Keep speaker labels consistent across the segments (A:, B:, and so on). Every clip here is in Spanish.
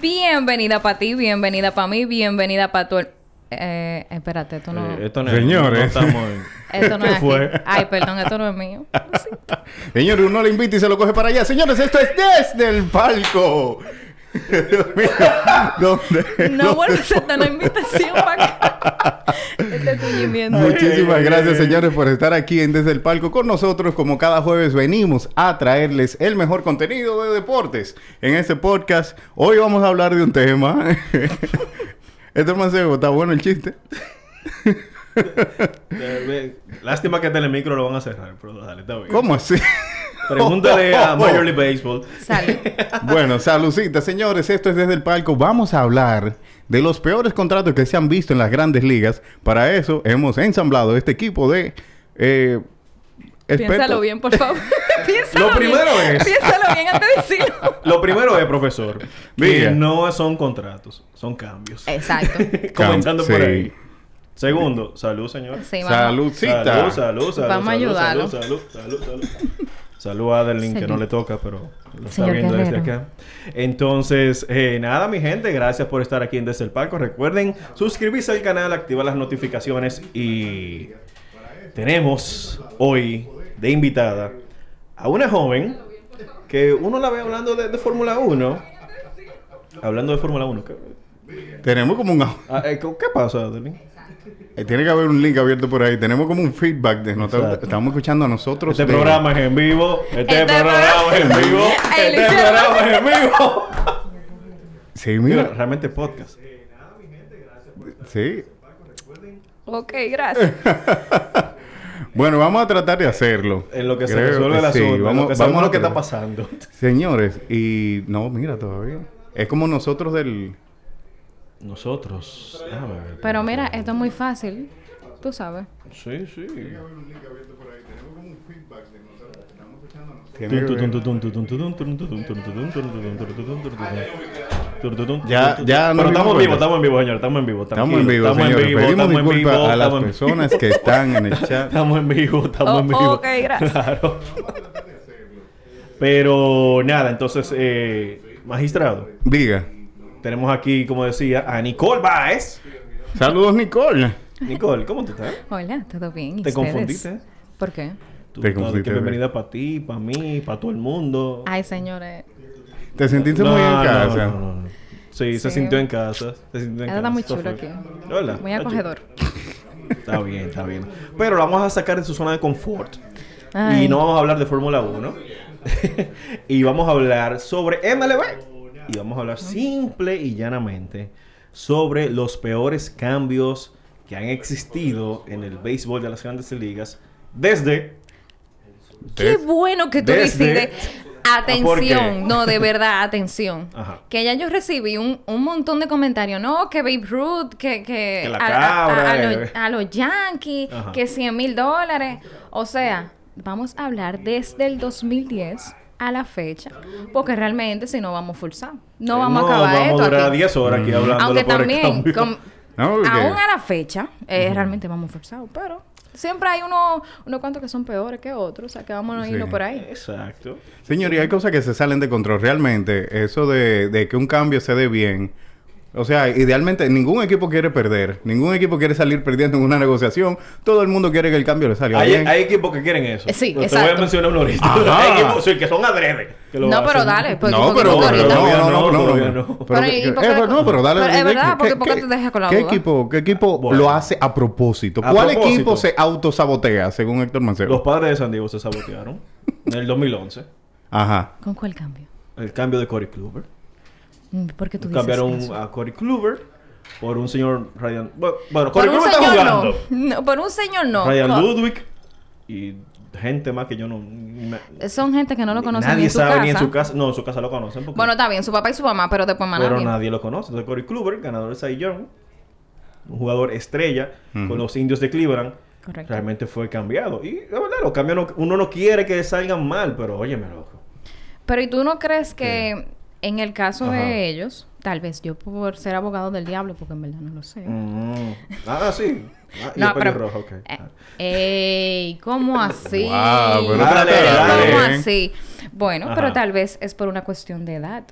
A: Bienvenida para ti, bienvenida para mí, bienvenida para tu... Eh, espérate, esto no...
B: Eh, esto no
C: Señores.
B: Es, no estamos en-
A: Esto no
C: ¿Qué
A: es aquí.
C: fue?
A: Ay, perdón, esto no es mío. Sí.
C: Señores, uno le invita y se lo coge para allá. Señores, esto es desde el palco. Dios mío. ¿Dónde?
A: No vuelvo a aceptar la invitación para acá. Este tuñimiento.
C: Muchísimas
B: Ay, ay,
C: gracias,
B: ay.
C: señores, por estar aquí en Desde el Palco con nosotros. Como cada jueves venimos a traerles el mejor contenido de deportes en este podcast. Hoy vamos a hablar de un tema. este mancebo, está bueno el chiste.
B: Eh, ve, Lástima que Telemicro lo van a cerrar, pero dale, está bien.
C: ¿Cómo Oh, así?
B: Pregúntale a Major League Baseball.
A: Salud.
C: bueno, saludcita, señores. Esto es Desde el Palco. Vamos a hablar de los peores contratos que se han visto en las grandes ligas. Para eso hemos ensamblado este equipo de... eh, expertos.
A: Piénsalo bien, por favor. Piénsalo
B: Lo primero
A: bien.
B: es-
A: Piénsalo bien antes de decirlo.
B: Lo primero es, profesor,
C: Diga.
B: que no son contratos, son cambios.
A: Exacto.
B: Comenzando
C: Cam-
B: por
C: sí.
B: ahí. Segundo, salud, señor.
A: Sí, vamos.
C: Saludcita.
B: Salud, salud,
A: Vamos a
B: salud. salud,
A: ayudarlo.
B: Salud, salud, salud, salud. Salud a Adeline, que no
A: Salud.
B: le toca, pero lo está
A: Señor
B: viendo desde
A: Guerrero.
B: acá. Entonces, eh, nada, mi gente, gracias por estar aquí en Desde el Palco. Recuerden suscribirse al canal, activar las notificaciones y tenemos hoy de invitada a una joven que uno la ve hablando de, de Fórmula 1. Hablando de Fórmula 1. ¿Qué,
C: Tenemos como un...
B: ah, eh, ¿qué pasa, Adeline?
C: Eh, Tiene que haber un link abierto por ahí. Tenemos como un feedback de nosotros.
B: Exacto.
C: Estamos escuchando a nosotros.
B: Este
C: de-
B: programa es en vivo. Este,
A: Este
B: programa es en
A: programa-
B: vivo.
A: El
B: Este
A: Liceo.
B: programa es en vivo.
C: Sí,
B: Mira,
C: mira.
B: realmente podcast.
C: Sí.
A: Ok, gracias.
C: Bueno, vamos a tratar de hacerlo.
B: En lo que se
C: Creo
B: resuelve
C: que
B: el
C: sí.
B: asunto. en
C: Vamos,
B: lo que
C: vamos
B: sabemos
C: a
B: lo que está
C: tratar.
B: pasando.
C: Señores, y no, mira todavía. Es como nosotros del.
B: Nosotros. déjame ver.
A: Pero mira, esto es muy fácil. Tú sabes.
B: Sí, sí.
C: Tiene que ver. Ya- ya nos
B: Pero estamos
C: dimos
B: en
C: cuenta.
B: vivo, estamos en vivo, señor. Estamos en vivo.
C: Estamos
B: tranquilo,
C: en vivo, señores. Pedimos
B: estamos en
C: disculpas
B: vivo,
C: a las
B: estamos en-
C: personas que están en el chat.
B: Estamos en vivo, estamos
A: Oh,
B: en vivo.
A: ok, gracias.
B: Claro. Pero nada, entonces, eh, magistrado,
C: Diga.
B: tenemos aquí, como decía, a Nicole Baez.
C: Saludos, Nicole.
B: Nicole, ¿cómo tú estás?
A: Hola, ¿todo bien? ¿Y
B: ¿Te
A: ustedes?
B: confundiste?
A: ¿Por qué?
B: Tú,
C: Te
B: no,
C: confundiste,
B: que bienvenida para ti, para mí, para todo el mundo.
A: Ay, señores.
C: Ah, ¿Te sentiste muy en
B: no,
C: casa?
B: no, no, no. Sí, se
A: Sí.
B: sintió en casa. Se sintió
A: Ahora
B: en casa.
A: está muy
B: Esto
A: chulo
B: fue.
A: aquí.
B: Hola.
A: Muy
B: está chulo.
A: acogedor.
B: Está bien, está bien. Pero lo vamos a sacar de su zona de confort.
A: Ay.
B: Y no vamos a hablar de Fórmula 1. y vamos a hablar sobre MLB. Y vamos a hablar simple y llanamente sobre los peores cambios que han existido en el béisbol de las grandes ligas desde
A: Qué bueno que tú lo
B: desde-
A: hiciste.
B: ¿Por qué?
A: Atención, no, de verdad, atención.
B: Ajá.
A: Que ya yo recibí un, un montón de comentarios, no, que Babe Ruth, que, que,
B: Que la
A: a, a- a-
B: cabra,
A: a los-
B: eh.
A: a los Yankees,
B: Ajá.
A: que 100 mil dólares. O sea, vamos a hablar desde el 2010 a la fecha, porque realmente si no vamos a forzar, no vamos a acabar
B: vamos a
A: esto
B: durar
A: aquí.
B: 10 horas aquí hablando
A: Aunque
B: de los peores
A: también,
B: cambios.
A: com-
C: No, porque-
A: aún a la fecha, eh, realmente vamos forzados, pero siempre hay unos unos cuantos que son peores que otros, o sea que vamos a
C: Sí.
A: irnos por ahí.
B: Exacto.
C: Señor, y hay cosas que se salen de control. Realmente, eso de, de que un cambio se dé bien. O sea, idealmente ningún equipo quiere perder. Ningún equipo quiere salir perdiendo en una negociación. Todo el mundo quiere que el cambio le salga
B: Hay,
C: bien.
B: hay equipos que quieren eso.
A: Eh, sí,
B: Te voy a
A: exacto.
B: mencionar uno ahorita.
C: Ajá.
B: Hay equipos sí, que son adrede. que lo
A: No, pero
B: hacen.
A: dale, pues,
C: no,
A: porque
C: pero,
A: tú
C: pero
A: ahorita-
C: no, no, no, no,
B: Todavía
C: no,
B: no.
C: Pero,
A: Pero, ¿y
C: eh,
A: por qué-
C: pero no, pero dale.
A: Pero es
C: ¿qué-
A: verdad, porque-
C: qué-
A: porque
C: qué-
A: te dejas con la
C: ¿Qué
A: duda?
C: equipo, qué equipo
B: Bueno.
C: lo hace a propósito?
B: A
C: ¿Cuál
B: propósito.
C: equipo se autosabotea, según Héctor Mancebo?
B: Los padres de San Diego se sabotearon en el 2011.
C: Ajá.
A: ¿Con cuál cambio?
B: El cambio de Corey Kluber.
A: Mm, ¿Por qué tú dices
B: Cambiaron Ah,
A: eso?
B: a Corey Kluber por un señor Ryan. Bueno, bueno,
A: Por
B: Corey
A: un
B: Kluber está
A: señor
B: jugando.
A: no. no. Por un señor no.
B: Ryan
A: Co-
B: Ludwig y gente más que yo no. ni me-
A: Son gente que no lo conocen
B: nadie
A: ni en su
B: sabe
A: casa.
B: ni en su casa. No, en su casa lo conocen. porque-
A: Bueno, está bien, su papá y su mamá, pero después más
B: pero
A: nadie.
B: nadie. lo conoce. Entonces, Corey Kluber, ganador de Cy Young, un jugador estrella
C: Ujú.
B: con los indios de Cleveland,
A: Correcto.
B: realmente fue cambiado. Y la verdad, los cambios no- uno no quiere que salgan mal, pero óyeme, loco.
A: Pero ¿y tú no crees que en el caso
B: Ajá.
A: de ellos, tal vez yo por ser abogado del diablo, porque en verdad no lo sé.
B: Mm. Ah, sí. Ah, y
A: No,
B: el
A: pero-
B: pelirrojo, ok.
A: Eh, ey, ¿cómo así?
C: Guau, pero
B: Dale,
A: Pero
B: dale.
A: ¿Cómo así? Bueno,
B: Ajá.
A: pero tal vez es por una cuestión de edad.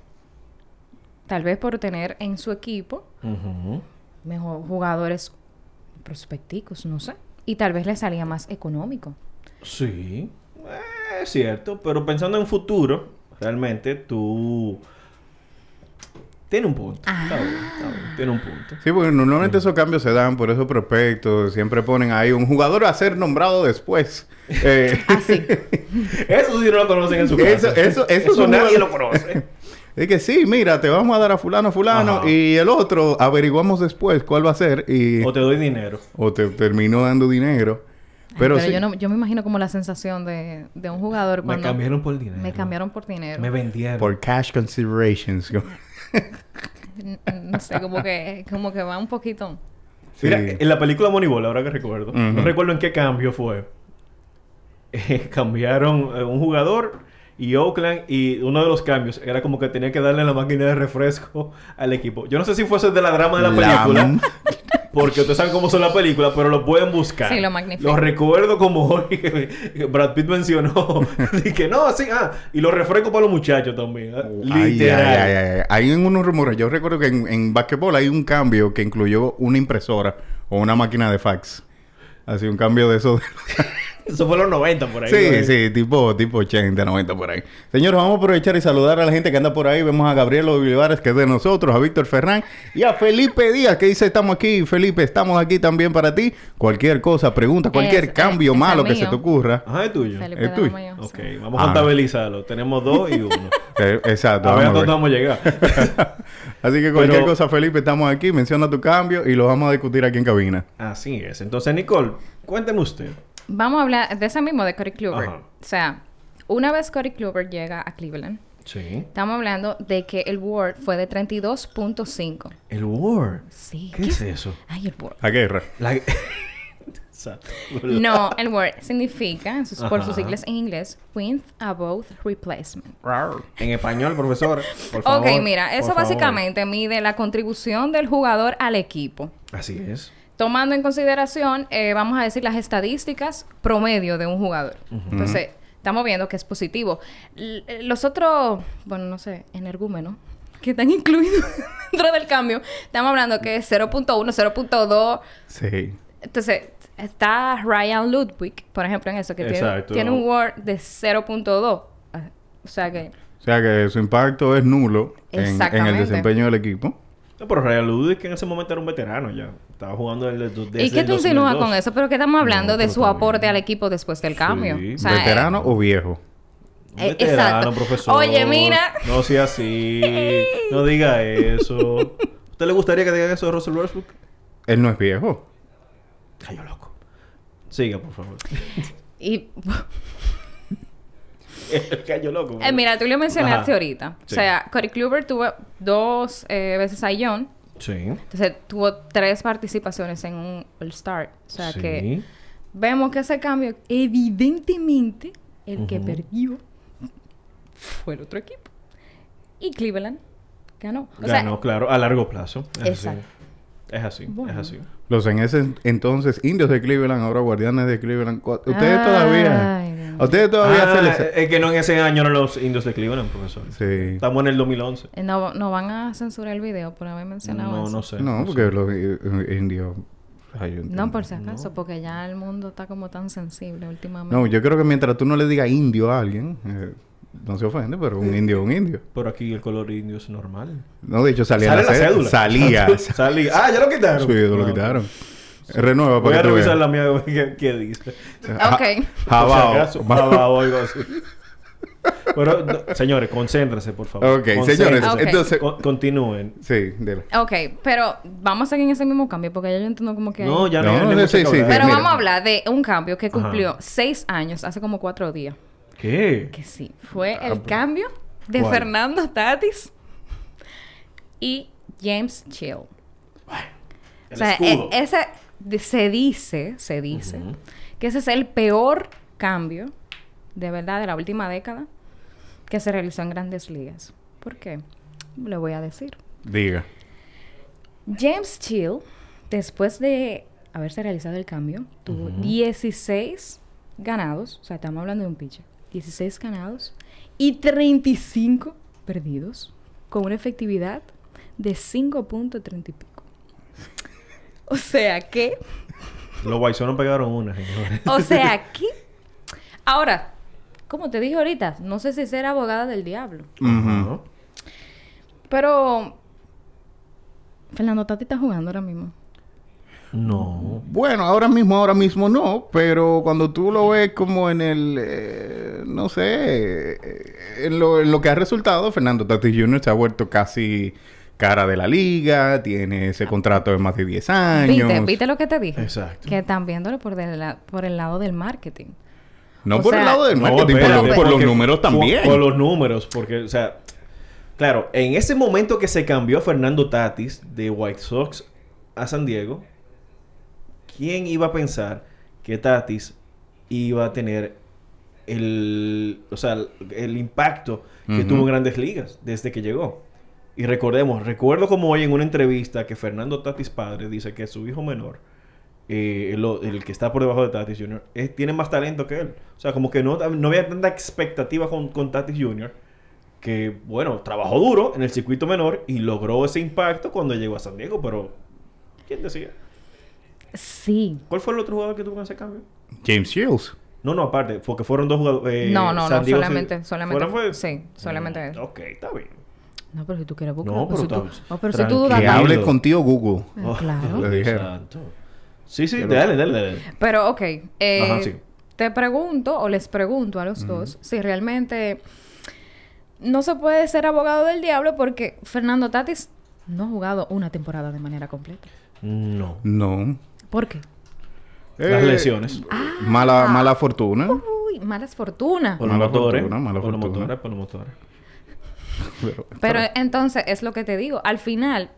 A: Tal vez por tener en su equipo
B: Ujú.
A: mejor jugadores prospecticos, no sé. Y tal vez le salía más económico.
B: Sí, eh, es cierto, pero pensando en futuro, realmente tú... Tiene un punto.
A: Ah.
B: Está bien, está bien, Tiene un punto.
C: Sí, porque normalmente esos cambios se dan por esos prospectos. Siempre ponen ahí un jugador a ser nombrado después. Eh,
A: Ah,
B: Eso sí no lo conocen en su casa.
C: Eso- eso- eso es un
B: nadie
C: jugador-
B: lo conoce.
C: Es que sí, mira, te vamos a dar a fulano, fulano,
B: Ajá.
C: y el otro averiguamos después cuál va a ser y
B: O te doy dinero.
C: o te terminó dando dinero.
A: Ay,
C: Pero, sí,
A: yo, no- yo me imagino como la sensación de, de un jugador
B: Me
A: cuando...
B: cambiaron por dinero.
A: Me cambiaron por dinero.
B: Me vendieron.
C: por cash considerations. como-
A: N- No sé, como que, como que va un poquito...
C: Sí.
B: Mira, en la película Moneyball, ahora que recuerdo, no
C: Ujú.
B: recuerdo en qué cambio fue. Eh, cambiaron eh, un jugador y Oakland y uno de los cambios era como que tenía que darle la máquina de refresco al equipo. Yo no sé si fuese de la drama de la película,
C: Lam.
B: porque ustedes saben cómo son las películas, pero lo pueden buscar.
A: Sí, lo magnifico.
B: Lo recuerdo como hoy que Brad Pitt mencionó. y que no, sí, ah, y lo refresco para los muchachos también. ah,
C: Ay, ay,
B: Literal.
C: ay, ay, ay. Hay en unos rumores. Yo recuerdo que en, en basquetbol hay un cambio que incluyó una impresora o una máquina de fax. Así un cambio de eso.
B: Eso fue los 90 por ahí.
C: Sí,
B: ¿no?
C: sí, tipo, tipo 80, 90 por ahí. Señores, vamos a aprovechar y saludar a la gente que anda por ahí. Vemos a Gabriel Olivares, que es de nosotros, a Víctor Ferrán y a Felipe Díaz, que dice, estamos aquí. Felipe, estamos aquí también para ti. Cualquier cosa, pregunta, cualquier
A: Es-
C: cambio
A: es- es
C: malo
A: el
C: que se
A: mío.
C: te ocurra.
B: Ajá, es tuyo.
A: Felipe
C: es tuyo.
A: Damayo, sí.
B: Ok, vamos a
C: Ah.
B: contabilizarlo. Tenemos dos y uno.
C: Eh, exacto.
B: a ver a
C: vamos a
B: dónde
C: ver.
B: vamos a llegar.
C: Así que cualquier
B: Pero-
C: cosa, Felipe, estamos aquí. Menciona tu cambio y lo vamos a discutir aquí en cabina.
B: Así es. Entonces, Nicole, cuénteme usted.
A: Vamos a hablar de ese mismo, de Corey Kluber.
B: Ajá.
A: O sea, una vez Corey Kluber llega a Cleveland,
B: Sí.
A: estamos hablando de que el WAR fue de 32.5.
B: El War.
A: Sí.
B: ¿Qué es eso?
A: Ay, el WAR.
C: A guerra.
B: La... Exacto.
A: No, el WAR significa, en sus- por sus
B: Ajá.
A: siglas en inglés, With Above Replacement.
B: En español, profesor. Por favor.
A: ok, mira, eso
B: por favor.
A: básicamente mide la contribución del jugador al equipo.
B: Así es.
A: Tomando en consideración, eh, vamos a decir, las estadísticas promedio de un jugador. Entonces, estamos viendo que es positivo. L- eh, los otros, bueno, no sé, energúmenos, que están incluidos dentro del cambio, estamos hablando que es 0.1, 0.2.
C: Sí.
A: Entonces, está Ryan Ludwig, por ejemplo, en eso, que tiene,
B: Exacto.
A: tiene un Word de 0.2. Ah, O sea que...
C: O sea que su impacto es nulo en- en el
A: Exactamente.
C: desempeño del equipo.
B: No, pero Real Ludwig que en ese momento era un veterano ya. Estaba jugando desde, desde
A: ¿Y qué
B: el
A: tú insinúas
B: 2002.
A: con eso? Pero que estamos hablando
B: No,
A: de
B: pero
A: su
B: está bien.
A: aporte al equipo después del cambio. O sea,
C: ¿Veterano o viejo?
B: Un
A: Eh,
B: veterano,
A: exacto.
B: profesor.
A: Oye, mira.
B: No sea así. no diga eso. ¿Usted le gustaría que digan eso de Russell Westbrook?
C: Él no es viejo.
B: Cayó loco. Siga, por favor.
A: Y
B: Cayó loco.
A: eh, mira, tú lo mencionaste
B: Ajá.
A: ahorita. O
B: Sí.
A: sea, Corey Kluber tuvo dos eh, veces a John.
B: Sí.
A: Entonces tuvo tres participaciones en un All-Star. O sea
B: Sí.
A: que vemos que ese cambio, evidentemente, el que perdió fue el otro equipo. Y Cleveland ganó. O sea,
B: Ganó, claro, a largo plazo. Es
A: Exacto.
B: Así. Es así, es
A: Bueno.
B: así.
C: Los en ese entonces indios de Cleveland, ahora guardianes de Cleveland. cua- Ustedes
A: Ay,
C: todavía.
A: Dios.
C: a Ustedes todavía
B: Ah,
C: se les.
B: Es que no en ese año eran los indios de Cleveland, profesor.
C: Sí.
B: Estamos en el 2011.
A: eh, no, no van a censurar el video por haber mencionado
B: No,
A: eso.
B: no sé.
C: No,
B: sé.
C: porque los eh, indios. Ay, yo entiendo.
A: No, por si acaso, porque ya el mundo está como tan sensible últimamente.
C: No, yo creo que mientras tú no le digas indio a alguien, eh, no se ofende, pero un indio es un indio.
B: Pero aquí el color indio es normal.
C: No, de hecho salía
B: Sale
C: en la cédula. Salía.
B: Salía. Ah, ya lo quitaron.
C: Sí, lo
B: Ah, ok.
C: quitaron. Renueva
B: Voy
C: para
B: a
C: que tú
B: revisar
C: veas.
B: la mía a ver qué, qué dice.
C: Ja-
A: Ok.
B: Por si
C: Jabao.
B: acaso, Jabao, algo así. Pero, no, señores, concéntrense, por favor.
C: Ok, señores,
A: Ok.
B: Concéntrense.
C: entonces...
B: Con- continúen.
C: Sí, dele.
A: Ok, pero vamos a seguir en ese mismo cambio porque ya yo entiendo como que... hay-
B: No, ya no,
C: No,
B: hay
C: no,
B: mucho
C: sí,
B: que
C: sí,
B: hablar.
A: Pero
C: mira.
A: vamos a hablar de un cambio que
B: Ajá.
A: cumplió seis años, hace como cuatro días.
B: ¿Qué?
A: Que sí, fue
B: Ah,
A: el
B: pues,
A: cambio de
B: ¿cuál?
A: Fernando Tatis y James Chill.
B: El
A: o sea,
B: escudo.
A: e- ese de- se dice, se dice, que ese es el peor cambio, de verdad, de la última década que se realizó en grandes ligas. ¿Por qué? Le voy a decir.
C: Diga.
A: James Chill, después de haberse realizado el cambio, tuvo 16 ganados, o sea, estamos hablando de un pitcher, 16 ganados y 35 perdidos, con una efectividad de 5.30 y pico. O sea que,
B: Los Guaysonos pegaron una, señores.
A: o sea que, ahora, como te dije ahorita, no sé si ser abogada del diablo,
C: Ujú.
B: Ajá.
A: pero Fernando Tati está jugando ahora mismo.
B: No.
C: Bueno, ahora mismo, ahora mismo no, pero cuando tú lo ves como en el, eh, no sé, eh, en lo, en lo que ha resultado, Fernando Tatis Jr. se ha vuelto casi cara de la liga, tiene ese contrato de más de 10 años.
A: Ah. ¿Viste? ¿Viste lo que te dije?
B: Exacto.
A: Que están viéndolo por, del la- por el lado del marketing.
C: No
A: O
C: por el
A: sea-
C: lado del
B: No,
C: marketing, por,
B: espérate,
C: los- por los
B: porque-
C: números
B: por-
C: también.
B: Por, los números, porque, o sea, claro, en ese momento que se cambió a Fernando Tatis de White Sox a San Diego, ¿quién iba a pensar que Tatis iba a tener el, o sea, el- el impacto que
C: Ujú.
B: tuvo en Grandes Ligas desde que llegó? Y recordemos, recuerdo como hoy en una entrevista que Fernando Tatis padre dice que su hijo menor eh, lo- el que está por debajo de Tatis Jr., es- tiene más talento que él. O sea, como que no, no había tanta expectativa con, con Tatis Jr., que, bueno, trabajó duro en el circuito menor y logró ese impacto cuando llegó a San Diego, pero ¿quién decía?
A: Sí.
B: ¿Cuál fue el otro jugador que tuvo ese cambio?
C: James Shields.
B: No, no, aparte, porque fueron dos jugadores. eh,
A: no, no,
B: San
A: no,
B: Diego se-
A: solamente, solamente.
B: ¿Fueron fue?
A: Sí, solamente.
B: Mm, ok, está bien.
A: No, pero si tú quieres buscar.
B: No,
A: pues,
B: pero
A: si tú,
B: está-
A: no, pero si tú
B: tranquilo.
A: dudas.
C: Que
B: Danilo.
C: hable contigo Google.
A: Ah, claro.
C: Le dijeron.
B: Oh, Santo. Sí, sí, dale, dale, dale.
A: Pero, ok. eh,
B: Oh. Ajá, sí.
A: Te pregunto, o les pregunto a los dos, si realmente no se puede ser abogado del diablo porque Fernando Tatis no ha jugado una temporada de manera completa.
B: No.
C: No.
A: ¿Por qué?
B: Las
C: Eh,
B: lesiones.
A: ah,
C: Mala, mala fortuna.
A: Uy, malas fortunas.
B: Por los
C: Mala
B: motores.
C: fortuna, mala
B: Por los
C: fortuna.
B: motores, por los motores.
A: Pero entonces es lo que te digo. Al final,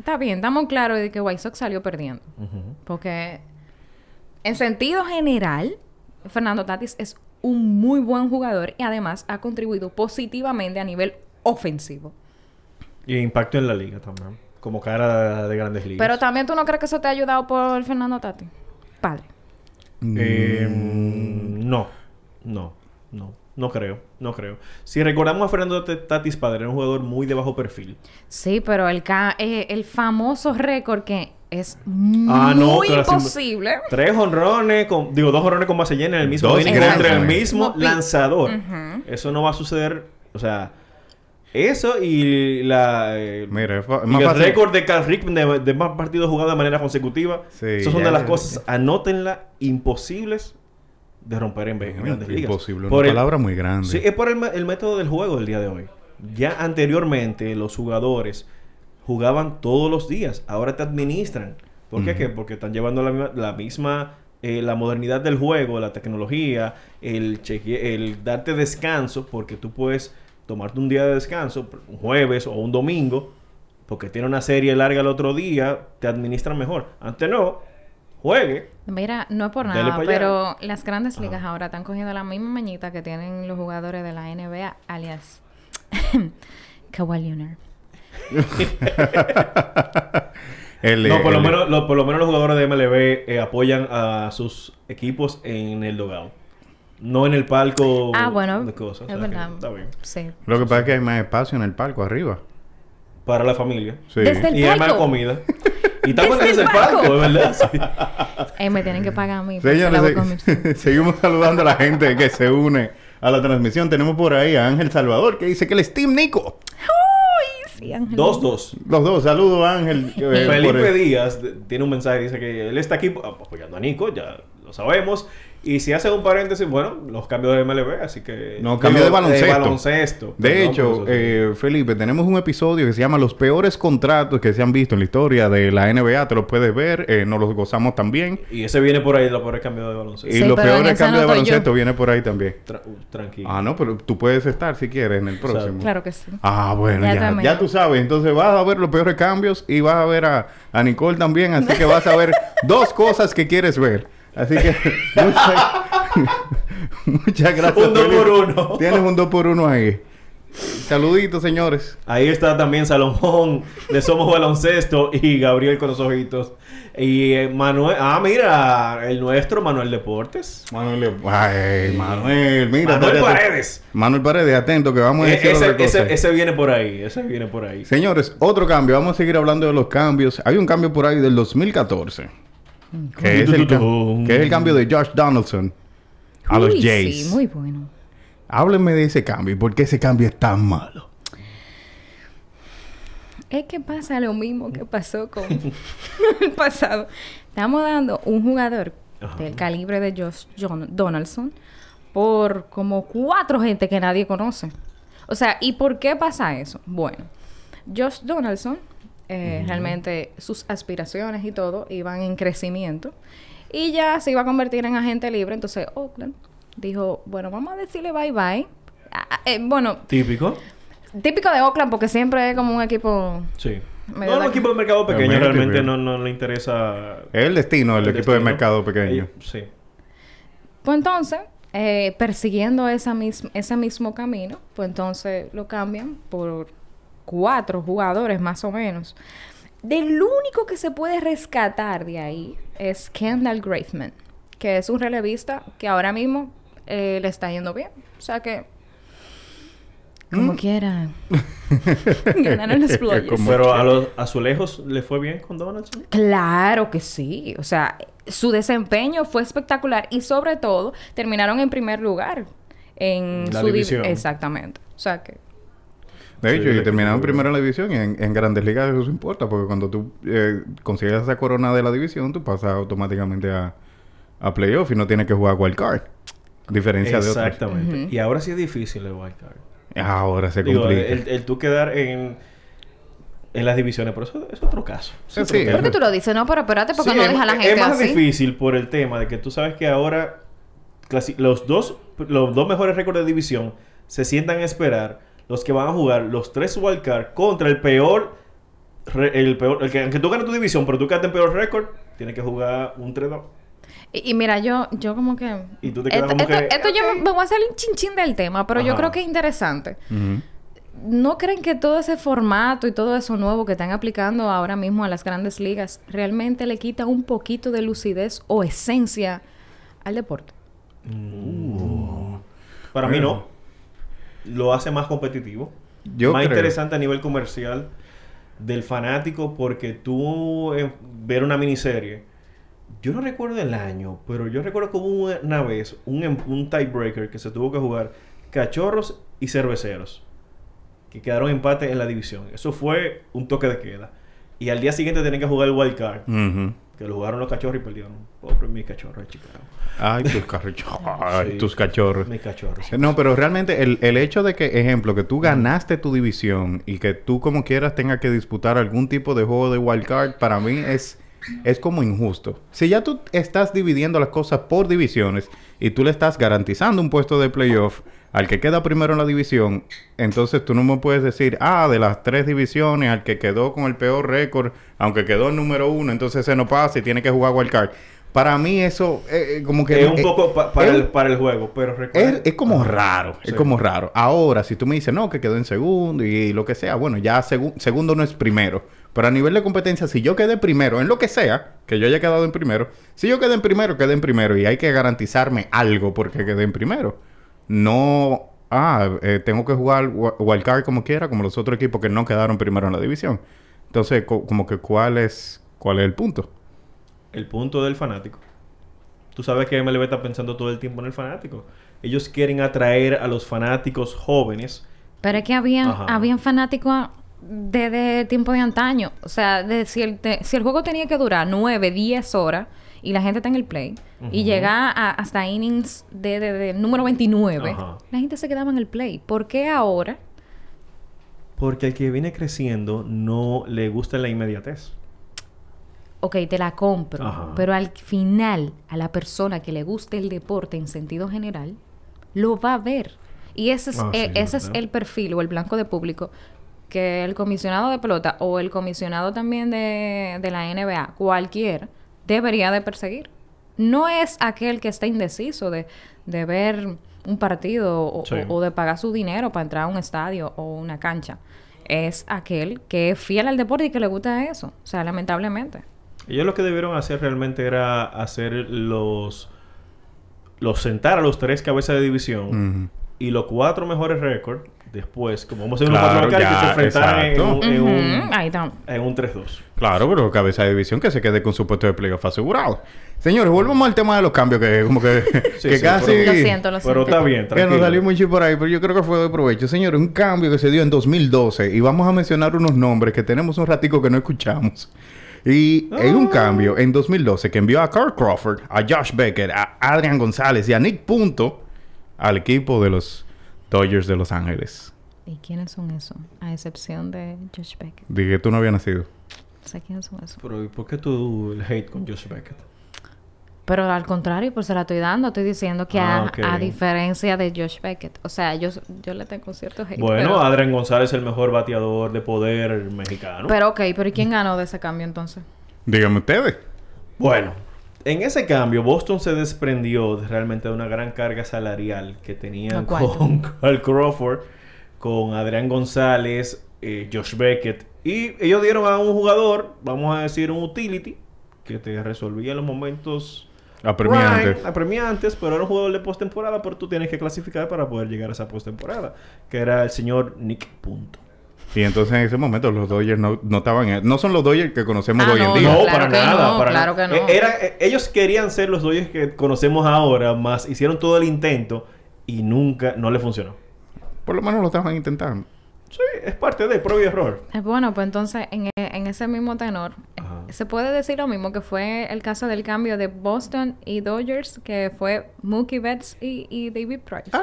A: está bien, estamos claros de que White Sox salió perdiendo.
B: Ujú.
A: Porque en sentido general, Fernando Tatis es un muy buen jugador y además ha contribuido positivamente a nivel ofensivo.
B: Y impacto en la liga también. Como cara de grandes ligas.
A: Pero también tú no crees que eso te ha ayudado por Fernando Tatis. Padre.
B: Eh,
C: Mm.
B: no, no, no, no creo, no creo. Si recordamos a Fernando T- Tatis Padre, era un jugador muy de bajo perfil.
A: Sí, pero el, ca- eh, el famoso récord que es
B: Ah, no,
A: muy
B: pero así-
A: imposible.
B: Tres honrones, con, digo, dos honrones con base llena en el mismo
C: Dos
B: inning
C: grandes.
B: contra el mismo
A: Como pi-
B: lanzador.
A: Ujú.
B: Eso no va a suceder, o sea, eso y la... eh,
C: mm, Mira, es fa- es
B: y
C: más
B: el
C: fácil.
B: récord de Carl Rickman de, de más partidos jugados de manera consecutiva.
C: Sí,
B: Esas son
C: ya,
B: de las
C: ya,
B: cosas, anótenla, imposibles de romper en en grandes ligas.
C: Imposible,
B: Por
C: una
B: el-
C: palabra muy grande.
B: Sí, es por el, me- el método del juego del día de hoy. Ya anteriormente los jugadores jugaban todos los días, ahora te administran. ¿Por qué? ¿Qué? Porque están llevando la misma, la, misma, eh, la modernidad del juego, la tecnología, el, cheque- el darte descanso, porque tú puedes tomarte un día de descanso, un jueves o un domingo, porque tiene una serie larga el otro día, te administran mejor. Antes no, juegue.
A: Mira, no es por
B: Dale
A: nada,
B: pa' allá.
A: pero las grandes ligas
B: Ajá.
A: ahora están cogiendo la misma mañita que tienen los jugadores de la NBA, alias Kawhi Leonard.
C: El-
B: No, por lo,
C: el-
B: menos, lo- por lo menos los jugadores de MLB eh, apoyan a sus equipos en el dugout. No en el palco
A: ah, bueno,
B: de cosas.
A: es
B: o sea que
A: verdad.
B: está bien.
A: Sí.
C: Lo que pasa es que hay más espacio en el palco arriba.
B: Para la familia.
C: Sí.
A: Desde el-
B: y hay más
A: palco?
B: comida. Y está bueno
A: Desde
B: desde el
A: el
B: palco,
A: palco.
B: de verdad. sí.
A: Eh, me tienen que pagar a mí. porque se la voy a
C: Señores,
A: comer.
C: se- seguimos saludando a la gente que se une a la transmisión. Tenemos por ahí a Ángel Salvador que dice que él es Team Nico.
A: Sí, Ángel.
B: Dos, dos.
C: Los dos, saludos Ángel. eh, por
B: Felipe
C: el-
B: Díaz de- tiene un mensaje, dice que él está aquí apoyando a Nico, ya lo sabemos. Y si haces un paréntesis, bueno, los cambios de MLB, así que...
C: No, cambio de
B: Digo,
C: baloncesto.
B: De baloncesto.
C: De
B: Perdón, pues,
C: hecho,
B: por eso sí.
C: eh, Felipe, tenemos un episodio que se llama Los peores contratos que se han visto en la historia de la NBA. Te los puedes ver, eh, nos los gozamos también.
B: Y ese viene por ahí, lo peor cambio de
C: Y
B: baloncesto.
A: Sí,
C: los
A: pero en
C: peores
A: esa
C: cambios de
A: no estoy
C: baloncesto viene por ahí también.
B: Tra- uh, tranquilo.
C: Ah, no, pero tú puedes estar si quieres en el próximo.
A: Claro que sí.
C: Ah, bueno,
A: Ya
C: ya, ya,
A: también.
C: tú sabes. Entonces vas a ver los peores cambios y vas a ver a, a Nicole también. Así que vas a ver dos cosas que quieres ver. Así que muchas, muchas gracias.
B: Un dos
C: Felipe.
B: por uno.
C: Tienes un 2 por 1 ahí. Saluditos, señores.
B: Ahí está también Salomón de Somos Baloncesto y Gabriel con los ojitos. Y eh, Manuel, ah, mira, el nuestro, Manuel Deportes.
C: Manuel, Le- ay, Manuel, mira.
B: Manuel
C: espérate.
B: Paredes.
C: Manuel Paredes, atento que vamos a
B: Eh,
C: decir otra
B: ese,
C: cosa.
B: ese- ese viene por ahí, ese viene por ahí.
C: Señores, otro cambio. Vamos a seguir hablando de los cambios. Hay un cambio por ahí del 2014. Que es, el, ca- que es el cambio de Josh Donaldson a los
A: Uy,
C: Jays.
A: Sí, muy bueno.
C: Háblenme de ese cambio y por qué ese cambio es tan malo.
A: Es que pasa lo mismo que pasó con el pasado. Estamos dando un jugador
B: Ajá.
A: del calibre de Josh Jon- Donaldson por como cuatro gente que nadie conoce. O sea, ¿y por qué pasa eso? Bueno, Josh Donaldson, eh, realmente sus aspiraciones y todo iban en crecimiento y ya se iba a convertir en agente libre. Entonces, Oakland dijo, bueno, vamos a decirle bye bye. Ah, ah, eh, bueno,
B: Típico.
A: típico de Oakland porque siempre es como un equipo
B: Sí.
A: Me
B: no,
A: da
B: un
A: la-
B: equipo de mercado pequeño
C: Pero mira,
B: realmente
C: típico.
B: no, no le interesa.
C: Es el destino del
B: el
C: equipo
B: destino.
C: de mercado pequeño.
B: Eh, Sí.
A: Pues entonces, eh, persiguiendo esa mis- ese mismo camino, pues entonces lo cambian por cuatro jugadores más o menos. Del único que se puede rescatar de ahí es Kendall Graveman, que es un relevista que ahora mismo eh, le está yendo bien. O sea que, como quieran, ganaron los Blue Jays.
B: Pero a los azulejos le fue bien con Donaldson.
A: Claro que sí. O sea, su desempeño fue espectacular y sobre todo terminaron en primer lugar en
B: La
A: su div-
B: división.
A: Exactamente. O sea que
C: De
B: Sí,
C: hecho,
B: el
C: y
B: equipo
C: terminaron
B: de-
C: primero en la división y en, en grandes ligas eso sí importa, porque cuando tú eh, consigues esa corona de la división, tú pasas automáticamente a, a playoff y no tienes que jugar wild card. A Diferencia de otros.
B: Exactamente. Y ahora sí es difícil el wild card.
C: Ahora se
B: Digo,
C: complica.
B: el, el tú quedar en, en las divisiones, pero eso es otro caso. Es
C: Sí,
B: otro
C: sí,
B: caso.
A: ¿Por qué tú lo dices? No, pero espérate, porque
B: Sí,
A: no
B: es-
A: deja a la gente
B: Es más
A: así.
B: difícil por el tema de que tú sabes que ahora clasi- los dos los dos mejores récords de división se sientan a esperar los que van a jugar los tres wildcard contra el peor re- el peor el que aunque tú ganes tu división pero tú quedaste en peor récord tienes que jugar un 3-2
A: Y, y mira, yo, yo como que.
B: Y tú te quedas
A: esto,
B: como que-
A: esto- esto yo me, me voy a salir chinchín del tema, pero yo
B: Ajá.
A: creo que es interesante.
C: Ujú.
A: ¿No creen que todo ese formato y todo eso nuevo que están aplicando ahora mismo a las grandes ligas realmente le quita un poquito de lucidez o esencia al deporte?
B: para mí
C: Mm. Bueno.
B: no lo hace más competitivo
C: Yo
B: más
C: creo.
B: interesante a nivel comercial del fanático porque tú eh, ver una miniserie yo no recuerdo el año pero yo recuerdo que hubo una vez un, em- un tiebreaker que se tuvo que jugar cachorros y cerveceros que quedaron empate en la división eso fue un toque de queda y al día siguiente tenían que jugar el wild card
C: Ujú.
B: que lo jugaron los cachorros y perdieron pobre mi cachorro de Chicago
C: Ay, tus cachorros.
B: Sí.
C: Ay, tus cachorros.
B: mi cachorro
C: No, pero realmente el, el hecho de que, ejemplo, que tú ganaste tu división y que tú como quieras tengas que disputar algún tipo de juego de wild card, para mí es, es como injusto. Si ya tú estás dividiendo las cosas por divisiones y tú le estás garantizando un puesto de playoff al que queda primero en la división, entonces tú no me puedes decir, ah, de las tres divisiones, al que quedó con el peor récord, aunque quedó el número uno, entonces se no pasa y tiene que jugar wild card. Para mí eso eh, eh, como que...
B: es un
C: eh,
B: poco pa- para,
C: es-
B: el, para el juego pero recuerda
C: es, es como raro, es
B: Sí.
C: como raro. Ahora, si tú me dices, no, que quedó en segundo y lo que sea, bueno, ya segu- segundo no es primero. Pero a nivel de competencia, si yo quedé primero en lo que sea, que yo haya quedado en primero, si yo quedé en primero, quedé en primero y hay que garantizarme algo porque quedé en primero. No, ah, eh, tengo que jugar wa- wildcard como quiera, como los otros equipos que no quedaron primero en la división. Entonces, co- como que cuál es, cuál es el punto.
B: el punto del fanático. Tú sabes que MLB está pensando todo el tiempo en el fanático. Ellos quieren atraer a los fanáticos jóvenes.
A: Pero es que habían,
B: Ajá.
A: habían fanáticos desde tiempo de antaño. O sea, de- si, el, te- si el juego tenía que durar 9, 10 horas y la gente está en el play y llega a- hasta innings de, de- de número 29,
B: Ajá.
A: la gente se quedaba en el play. ¿Por qué ahora?
B: Porque el que viene creciendo no le gusta la inmediatez.
A: Ok, te la compro,
B: Ajá.
A: pero al final a la persona que le guste el deporte en sentido general, lo va a ver. Y ese es,
B: Ah,
A: eh,
B: sí,
A: ese es
B: ¿verdad?
A: el perfil o el blanco de público que el comisionado de pelota o el comisionado también de, de la NBA, cualquier, debería de perseguir. No es aquel que está indeciso de, de ver un partido o,
B: Sí.
A: o- o de pagar su dinero para entrar a un estadio o una cancha. Es aquel que es fiel al deporte y que le gusta eso. O sea, lamentablemente.
B: Ellos lo que debieron hacer realmente era hacer los... Los sentar a los tres cabezas de división
C: Ujú.
B: y los cuatro mejores récords después, como vamos a hacer
C: Claro,
B: los cuatro locales, que se
C: ya,
B: enfrentaran en,
C: exacto.
B: un- en
A: Ujú,
B: un,
A: Ahí está.
B: en un 3-2.
C: Claro, pero cabeza de división que se quede con su puesto de playoff asegurado. Señores, volvamos al tema de los cambios que como que,
B: Sí,
C: que
B: sí,
C: casi...
B: pero-
A: Lo siento, lo siento.
B: Pero está bien,
C: Que
B: tranquilo.
C: nos salimos un chip por ahí, pero yo creo que fue de provecho. Señores, un cambio que se dio en 2012 y vamos a mencionar unos nombres que tenemos un ratico que no escuchamos. Y hay
B: Ah.
C: un cambio en 2012 que envió a Carl Crawford, a Josh Becker, a Adrian González y a Nick Punto al equipo de los Dodgers de Los Ángeles.
A: ¿Y quiénes son esos? A excepción de Josh Beck.
C: Dije, tú no habías nacido.
A: O sea, ¿quiénes son esos?
B: Pero ¿y por qué tú el hate con Josh Beckett?
A: Pero al contrario, pues se la estoy dando. Estoy diciendo que a,
B: Ah, ok.
A: a diferencia de Josh Beckett. O sea, yo, yo le tengo cierto hate.
B: Bueno, ah,
A: pero,
B: Adrián González es el mejor bateador de poder mexicano.
A: pero ok, pero ¿y quién ganó de ese cambio entonces?
C: Díganme ustedes.
B: Bueno, en ese cambio, Boston se desprendió de- realmente de una gran carga salarial que tenían
A: Lo cual.
B: con Carl Crawford, con Adrián González, eh, Josh Beckett. Y ellos dieron a un jugador, vamos a decir, un utility, que te resolvía los momentos
C: Apremiantes.
B: prime, apremiantes, pero era un jugador de postemporada, pero tú tienes que clasificar para poder llegar a esa postemporada, que era el señor Nick Punto.
C: Y entonces en ese momento los Dodgers no, no estaban... No son los Dodgers que conocemos
A: Ah,
C: hoy en
A: no,
C: día.
B: No,
A: claro
B: para
A: que
B: nada.
A: no,
B: para
A: claro
B: nada.
A: que no.
B: Eh, era- eh, ellos querían ser los Dodgers que conocemos ahora, más hicieron todo el intento y nunca, no le funcionó.
C: Por lo menos lo estaban intentando.
B: Sí, es parte de prueba y error.
A: Eh, Bueno, pues entonces en, e- en ese mismo tenor, eh,
B: Ajá.
A: se puede decir lo mismo que fue el caso del cambio de Boston y Dodgers, que fue Mookie Betts y, y David Price.
B: Ah.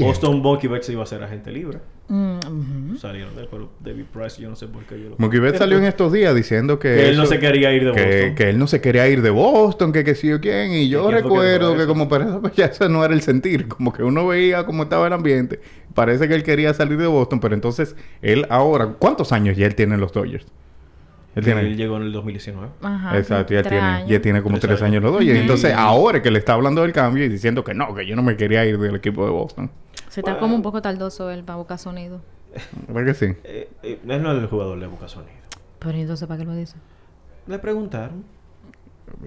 B: Boston Bucky Bex iba a ser agente libre.
A: Mm, ujú.
B: Salieron de él, pero David Price, yo no sé por qué yo lo.
C: Mookie Betts salió en estos días diciendo que,
B: Que él no
C: eso-
B: se quería ir de
C: que,
B: Boston.
C: que él no se quería ir de Boston, que qué sé yo quién. Y yo
B: quién fue que dijo
C: recuerdo que
B: eso?
C: como para eso, pues, ya eso no era el sentir. Como que uno veía cómo estaba el ambiente. Parece que él quería salir de Boston, pero entonces él ahora... ¿Cuántos años ya él tiene en los Dodgers? Él tiene...
B: Él llegó en el 2019.
A: Ajá,
C: Exacto, ya
A: Ah, tres
C: tiene,
A: años.
C: ya tiene como
B: Tres
C: tres años
B: años.
C: los Dodgers.
B: Ujú.
C: Entonces, ahora es que le está hablando del cambio y diciendo que no, que yo no me quería ir del equipo de Boston.
A: Se está como un poco tardoso el para buscar sonido.
C: ¿Verdad que sí?
B: Eh, eh, él no es el jugador de Boca Sonido.
A: Pero entonces, ¿para qué lo dice?
B: Le preguntaron.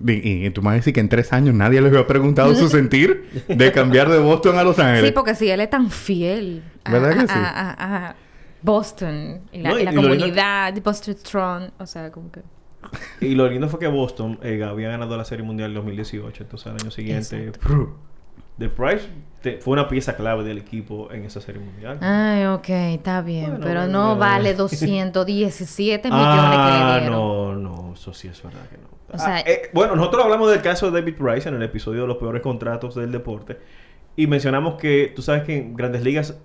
C: Y, y- y tú me vas a decir que en tres años nadie les había preguntado su sentir de cambiar de Boston a Los Ángeles.
A: Sí, porque si él es tan fiel a,
C: ¿Verdad que
A: a-
C: sí?
A: a- a- a Boston y la,
B: No,
A: y
B: y-
A: la
B: y lo lindo-
A: comunidad, Boston Tron, o sea, como que...
B: Y lo lindo fue que Boston eh, había ganado la Serie Mundial en 2018, entonces al año siguiente. The Price te- fue una pieza clave del equipo en esa Serie Mundial.
A: Ay, ok, está bien,
B: Bueno,
A: pero
B: bueno,
A: no
B: bueno.
A: vale 217 millones
B: Ah,
A: que le dieron.
B: no, no, eso sí es verdad que no.
A: O sea-
B: Ah, eh, bueno, nosotros hablamos del caso de David Price en el episodio de los peores contratos del deporte y mencionamos que tú sabes que en Grandes Ligas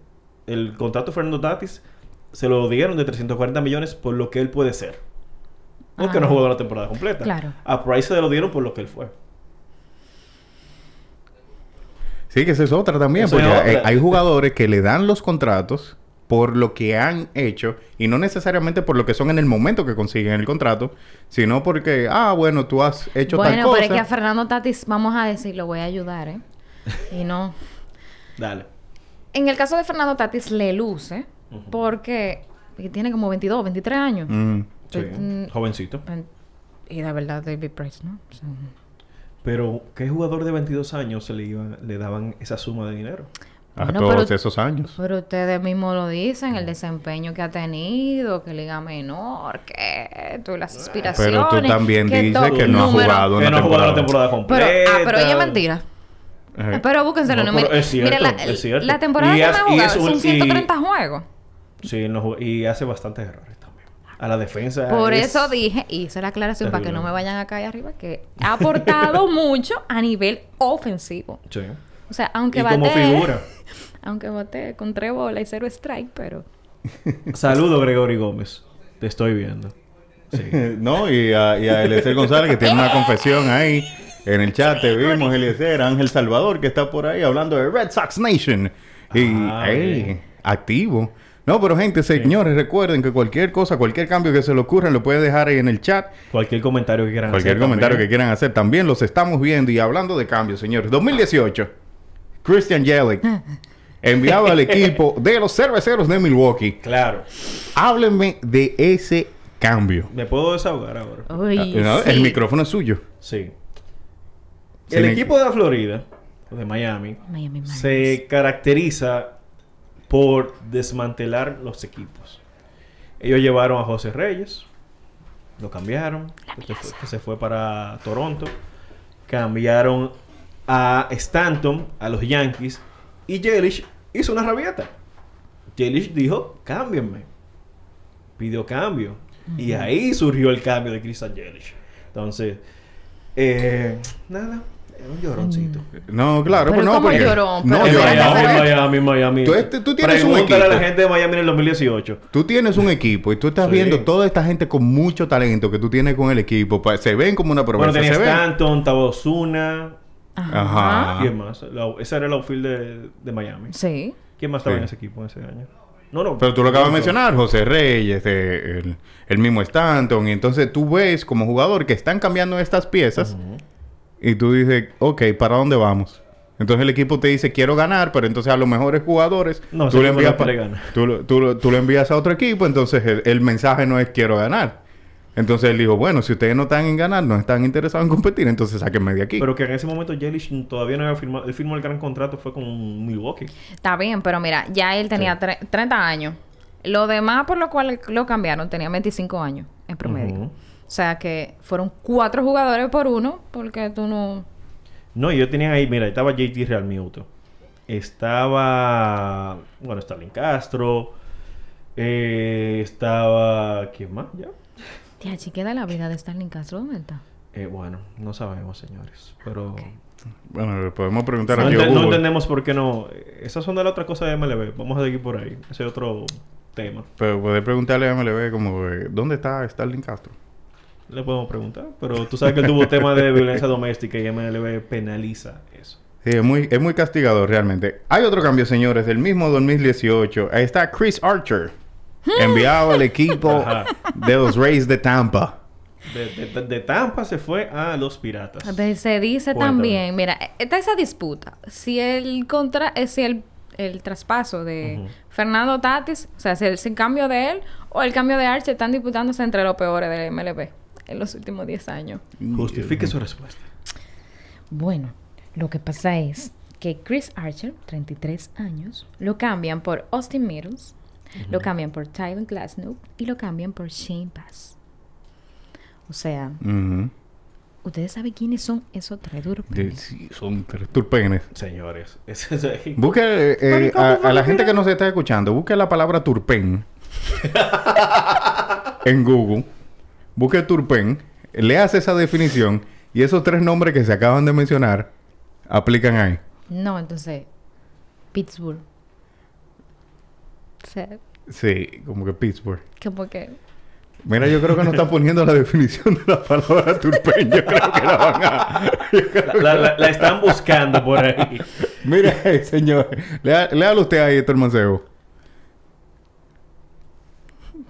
B: el contrato de Fernando Tatis se lo dieron de 340 millones por lo que él puede ser. Porque
A: Ah.
B: no jugó la temporada completa.
A: Claro.
B: A Price se lo dieron por lo que él fue.
C: Sí, que esa es otra también.
B: Esa
C: Porque
B: es otra.
C: hay, hay jugadores que le dan los contratos por lo que han hecho y no necesariamente por lo que son en el momento que consiguen el contrato, sino porque, ah, bueno, tú has hecho tal
A: Bueno,
C: cosa.
A: pero es que a Fernando Tatis, vamos a decir, lo voy a ayudar, ¿eh? Y no...
B: Dale.
A: En el caso de Fernando Tatis, le luce porque porque tiene como 22, 23 años.
C: Mm.
B: Sí,
A: Mm.
B: Jovencito.
A: Pen- Y la verdad, David Price, ¿no? O sea,
B: Pero, ¿qué jugador de 22 años se le, iba- le daban esa suma de dinero?
C: A
A: Bueno,
C: todos
A: pero-
C: esos años.
A: pero ustedes mismos lo dicen, el desempeño que ha tenido, que liga menor, que esto, y las aspiraciones.
C: Pero tú también dices
A: top
C: que no ha
A: número.
C: jugado
B: Que
C: una
B: no jugó la temporada
A: Pero,
B: completa.
A: ah, pero ella es mentira.
C: Ajá.
A: Pero búsquenselo.
B: No,
A: no, mira,
B: pero es cierto,
A: mira, la,
B: es cierto.
A: la temporada
B: Y
A: que
B: es-
A: me ha
B: y
A: jugado
B: es un-
A: son
B: y-
A: 130 juegos.
B: Sí, no jugó- y hace bastantes errores también. a la defensa.
A: Por
B: es-
A: eso dije, y hice la aclaración para que
B: terrible.
A: no me vayan acá allá arriba, que ha aportado mucho a nivel ofensivo.
B: Sí.
A: O sea,
B: Y
A: aunque
B: como
A: batee-
B: figura.
A: Aunque bate con tres bolas y cero strike, pero...
B: Saludo, Gregory Gómez. Te estoy viendo. Sí.
C: no, y a, y a Eliezer González, que tiene una confesión ahí en el chat. Te vimos, Eliezer, Ángel Salvador, que está por ahí hablando de Red Sox Nation. Y,
B: Ah,
C: ey,
B: bien.
C: activo. No, pero gente, señores, recuerden que cualquier cosa, cualquier cambio que se le ocurra, lo puede dejar ahí en el chat.
B: Cualquier comentario que quieran
C: Cualquier comentario que quieran hacer también los estamos viendo y hablando de cambios, señores. 2018, Christian Jelic enviado al equipo de los cerveceros de Milwaukee.
B: Claro.
C: Háblenme de ese cambio.
B: Me puedo desahogar ahora.
A: Uy,
C: Ah, ¿no?
A: sí.
C: El micrófono es suyo.
B: Sí.
C: Sí,
B: El
C: me-
B: equipo de la Florida, o de Miami,
A: Miami Marlins.
B: se caracteriza por desmantelar los equipos. Ellos llevaron a José Reyes, lo cambiaron, que se, fue, que se fue para Toronto, cambiaron a Stanton, a los Yankees, y Jelish hizo una rabieta. Jelish dijo, cámbienme. Pidió cambio. Y ahí surgió el cambio de Christian Jelish. Entonces, eh, nada, era un lloroncito.
C: Mm. No, claro,
A: Pero
C: pero no,
A: ¿cómo
C: porque-
A: lloró?
C: no,
A: Pero-
C: lloró,
A: Pero-
C: no,
B: Miami,
C: porque-
B: Miami, Miami.
C: Tú este- tú tienes un
B: Pregúntale a la
C: equipo.
B: gente de Miami en el 2018.
C: Tú tienes un equipo y tú estás
B: Sí.
C: viendo toda esta gente con mucho talento que tú tienes con el equipo. Pa- Se ven como una
B: bueno,
C: promesa.
B: tenías
C: se Ah. ven.
B: Stanton, Tabozuna.
C: Ajá.
B: ¿Quién más? La- esa era el outfield de, de Miami.
A: Sí.
B: ¿Quién más estaba
C: Sí.
B: en ese equipo en ese año? No, no.
C: Pero tú lo acabas de
B: no, no.
C: mencionar, José Reyes, eh, el, el mismo Stanton. Y entonces tú ves como jugador que están cambiando estas piezas y tú dices, ok, ¿para dónde vamos? Entonces el equipo te dice, quiero ganar, pero entonces a los mejores jugadores
B: No, ese
C: tú, le
B: equipo
C: envías
B: no quiere
C: pa-
B: ganar.
C: tú, lo- tú lo- tú lo envías a otro equipo, entonces el, el mensaje no es quiero ganar. Entonces él dijo, bueno, si ustedes no están en ganar, no están interesados en competir, entonces sáquenme de aquí.
B: Pero que en ese momento Jelish todavía no había firmado. Él firmó el gran contrato, fue con Milwaukee.
A: Está bien, pero mira, ya él tenía tre- 30 años. Lo demás por lo cual lo cambiaron tenía 25 años en promedio.
B: Ujú.
A: O sea que fueron cuatro jugadores por uno, porque tú no...
B: No, ellos tenían ahí, mira, estaba JT Real Muto. Estaba. Bueno, Stalin Castro. eh, estaba. ¿Quién más? Ya.
A: Tía, chiquita de la vida de Stalin Castro, ¿dónde está?
B: Eh, bueno, no sabemos, señores. Pero.
C: Bueno, le podemos preguntar
B: Ah, No,
C: aquí a
B: ente- no
C: Google.
B: entendemos por qué no. eh, Esas son de la otra cosa de MLB. Vamos a seguir por ahí. Ese es otro tema.
C: Pero poder preguntarle a MLB como, eh, ¿dónde está Starling Castro?
B: Le podemos preguntar. Pero tú sabes que él tuvo tema de violencia doméstica y MLB penaliza eso.
C: Sí, es muy, es muy castigador realmente. Hay otro cambio, señores, del mismo 2018. Ahí está Chris Archer, enviado al equipo
B: Ajá.
C: de los Rays de Tampa.
B: De, de- de- de Tampa se fue a los Piratas.
A: Ve- Se dice
B: Cuéntame.
A: también, mira, e, está esa disputa. Si el contra, eh, si el, el traspaso de
B: Ujú.
A: Fernando Tatis, o sea, si el, si el cambio de él o el cambio de Archer están disputándose entre los peores del MLB en los últimos 10 años.
B: Justifique su respuesta.
A: Bueno, lo que pasa es que Chris Archer, 33 años, lo cambian por Austin Meadows, lo cambian por Tyron Glasnow y lo cambian por Shane Bass. O sea,
C: Ujú.
A: ustedes saben quiénes son esos tres duros.
C: De- sí, son tres turpenes.
B: Señores. ese es ahí.
C: Busque eh, eh, a, a la gente que nos está escuchando, busque la palabra turpen en Google. Busque turpen, le hace esa definición y esos tres nombres que se acaban de mencionar aplican ahí.
A: No, entonces, Pittsburgh. O sea,
C: Sí, como que Pittsburgh.
A: como que...
C: Mira, yo creo que no están poniendo la definición de la palabra turpen. Yo creo que la van a. yo creo-
B: La, la- la están buscando por ahí.
C: Mira, eh, señor. Lea- Léalo usted ahí, Héctor Mancebo.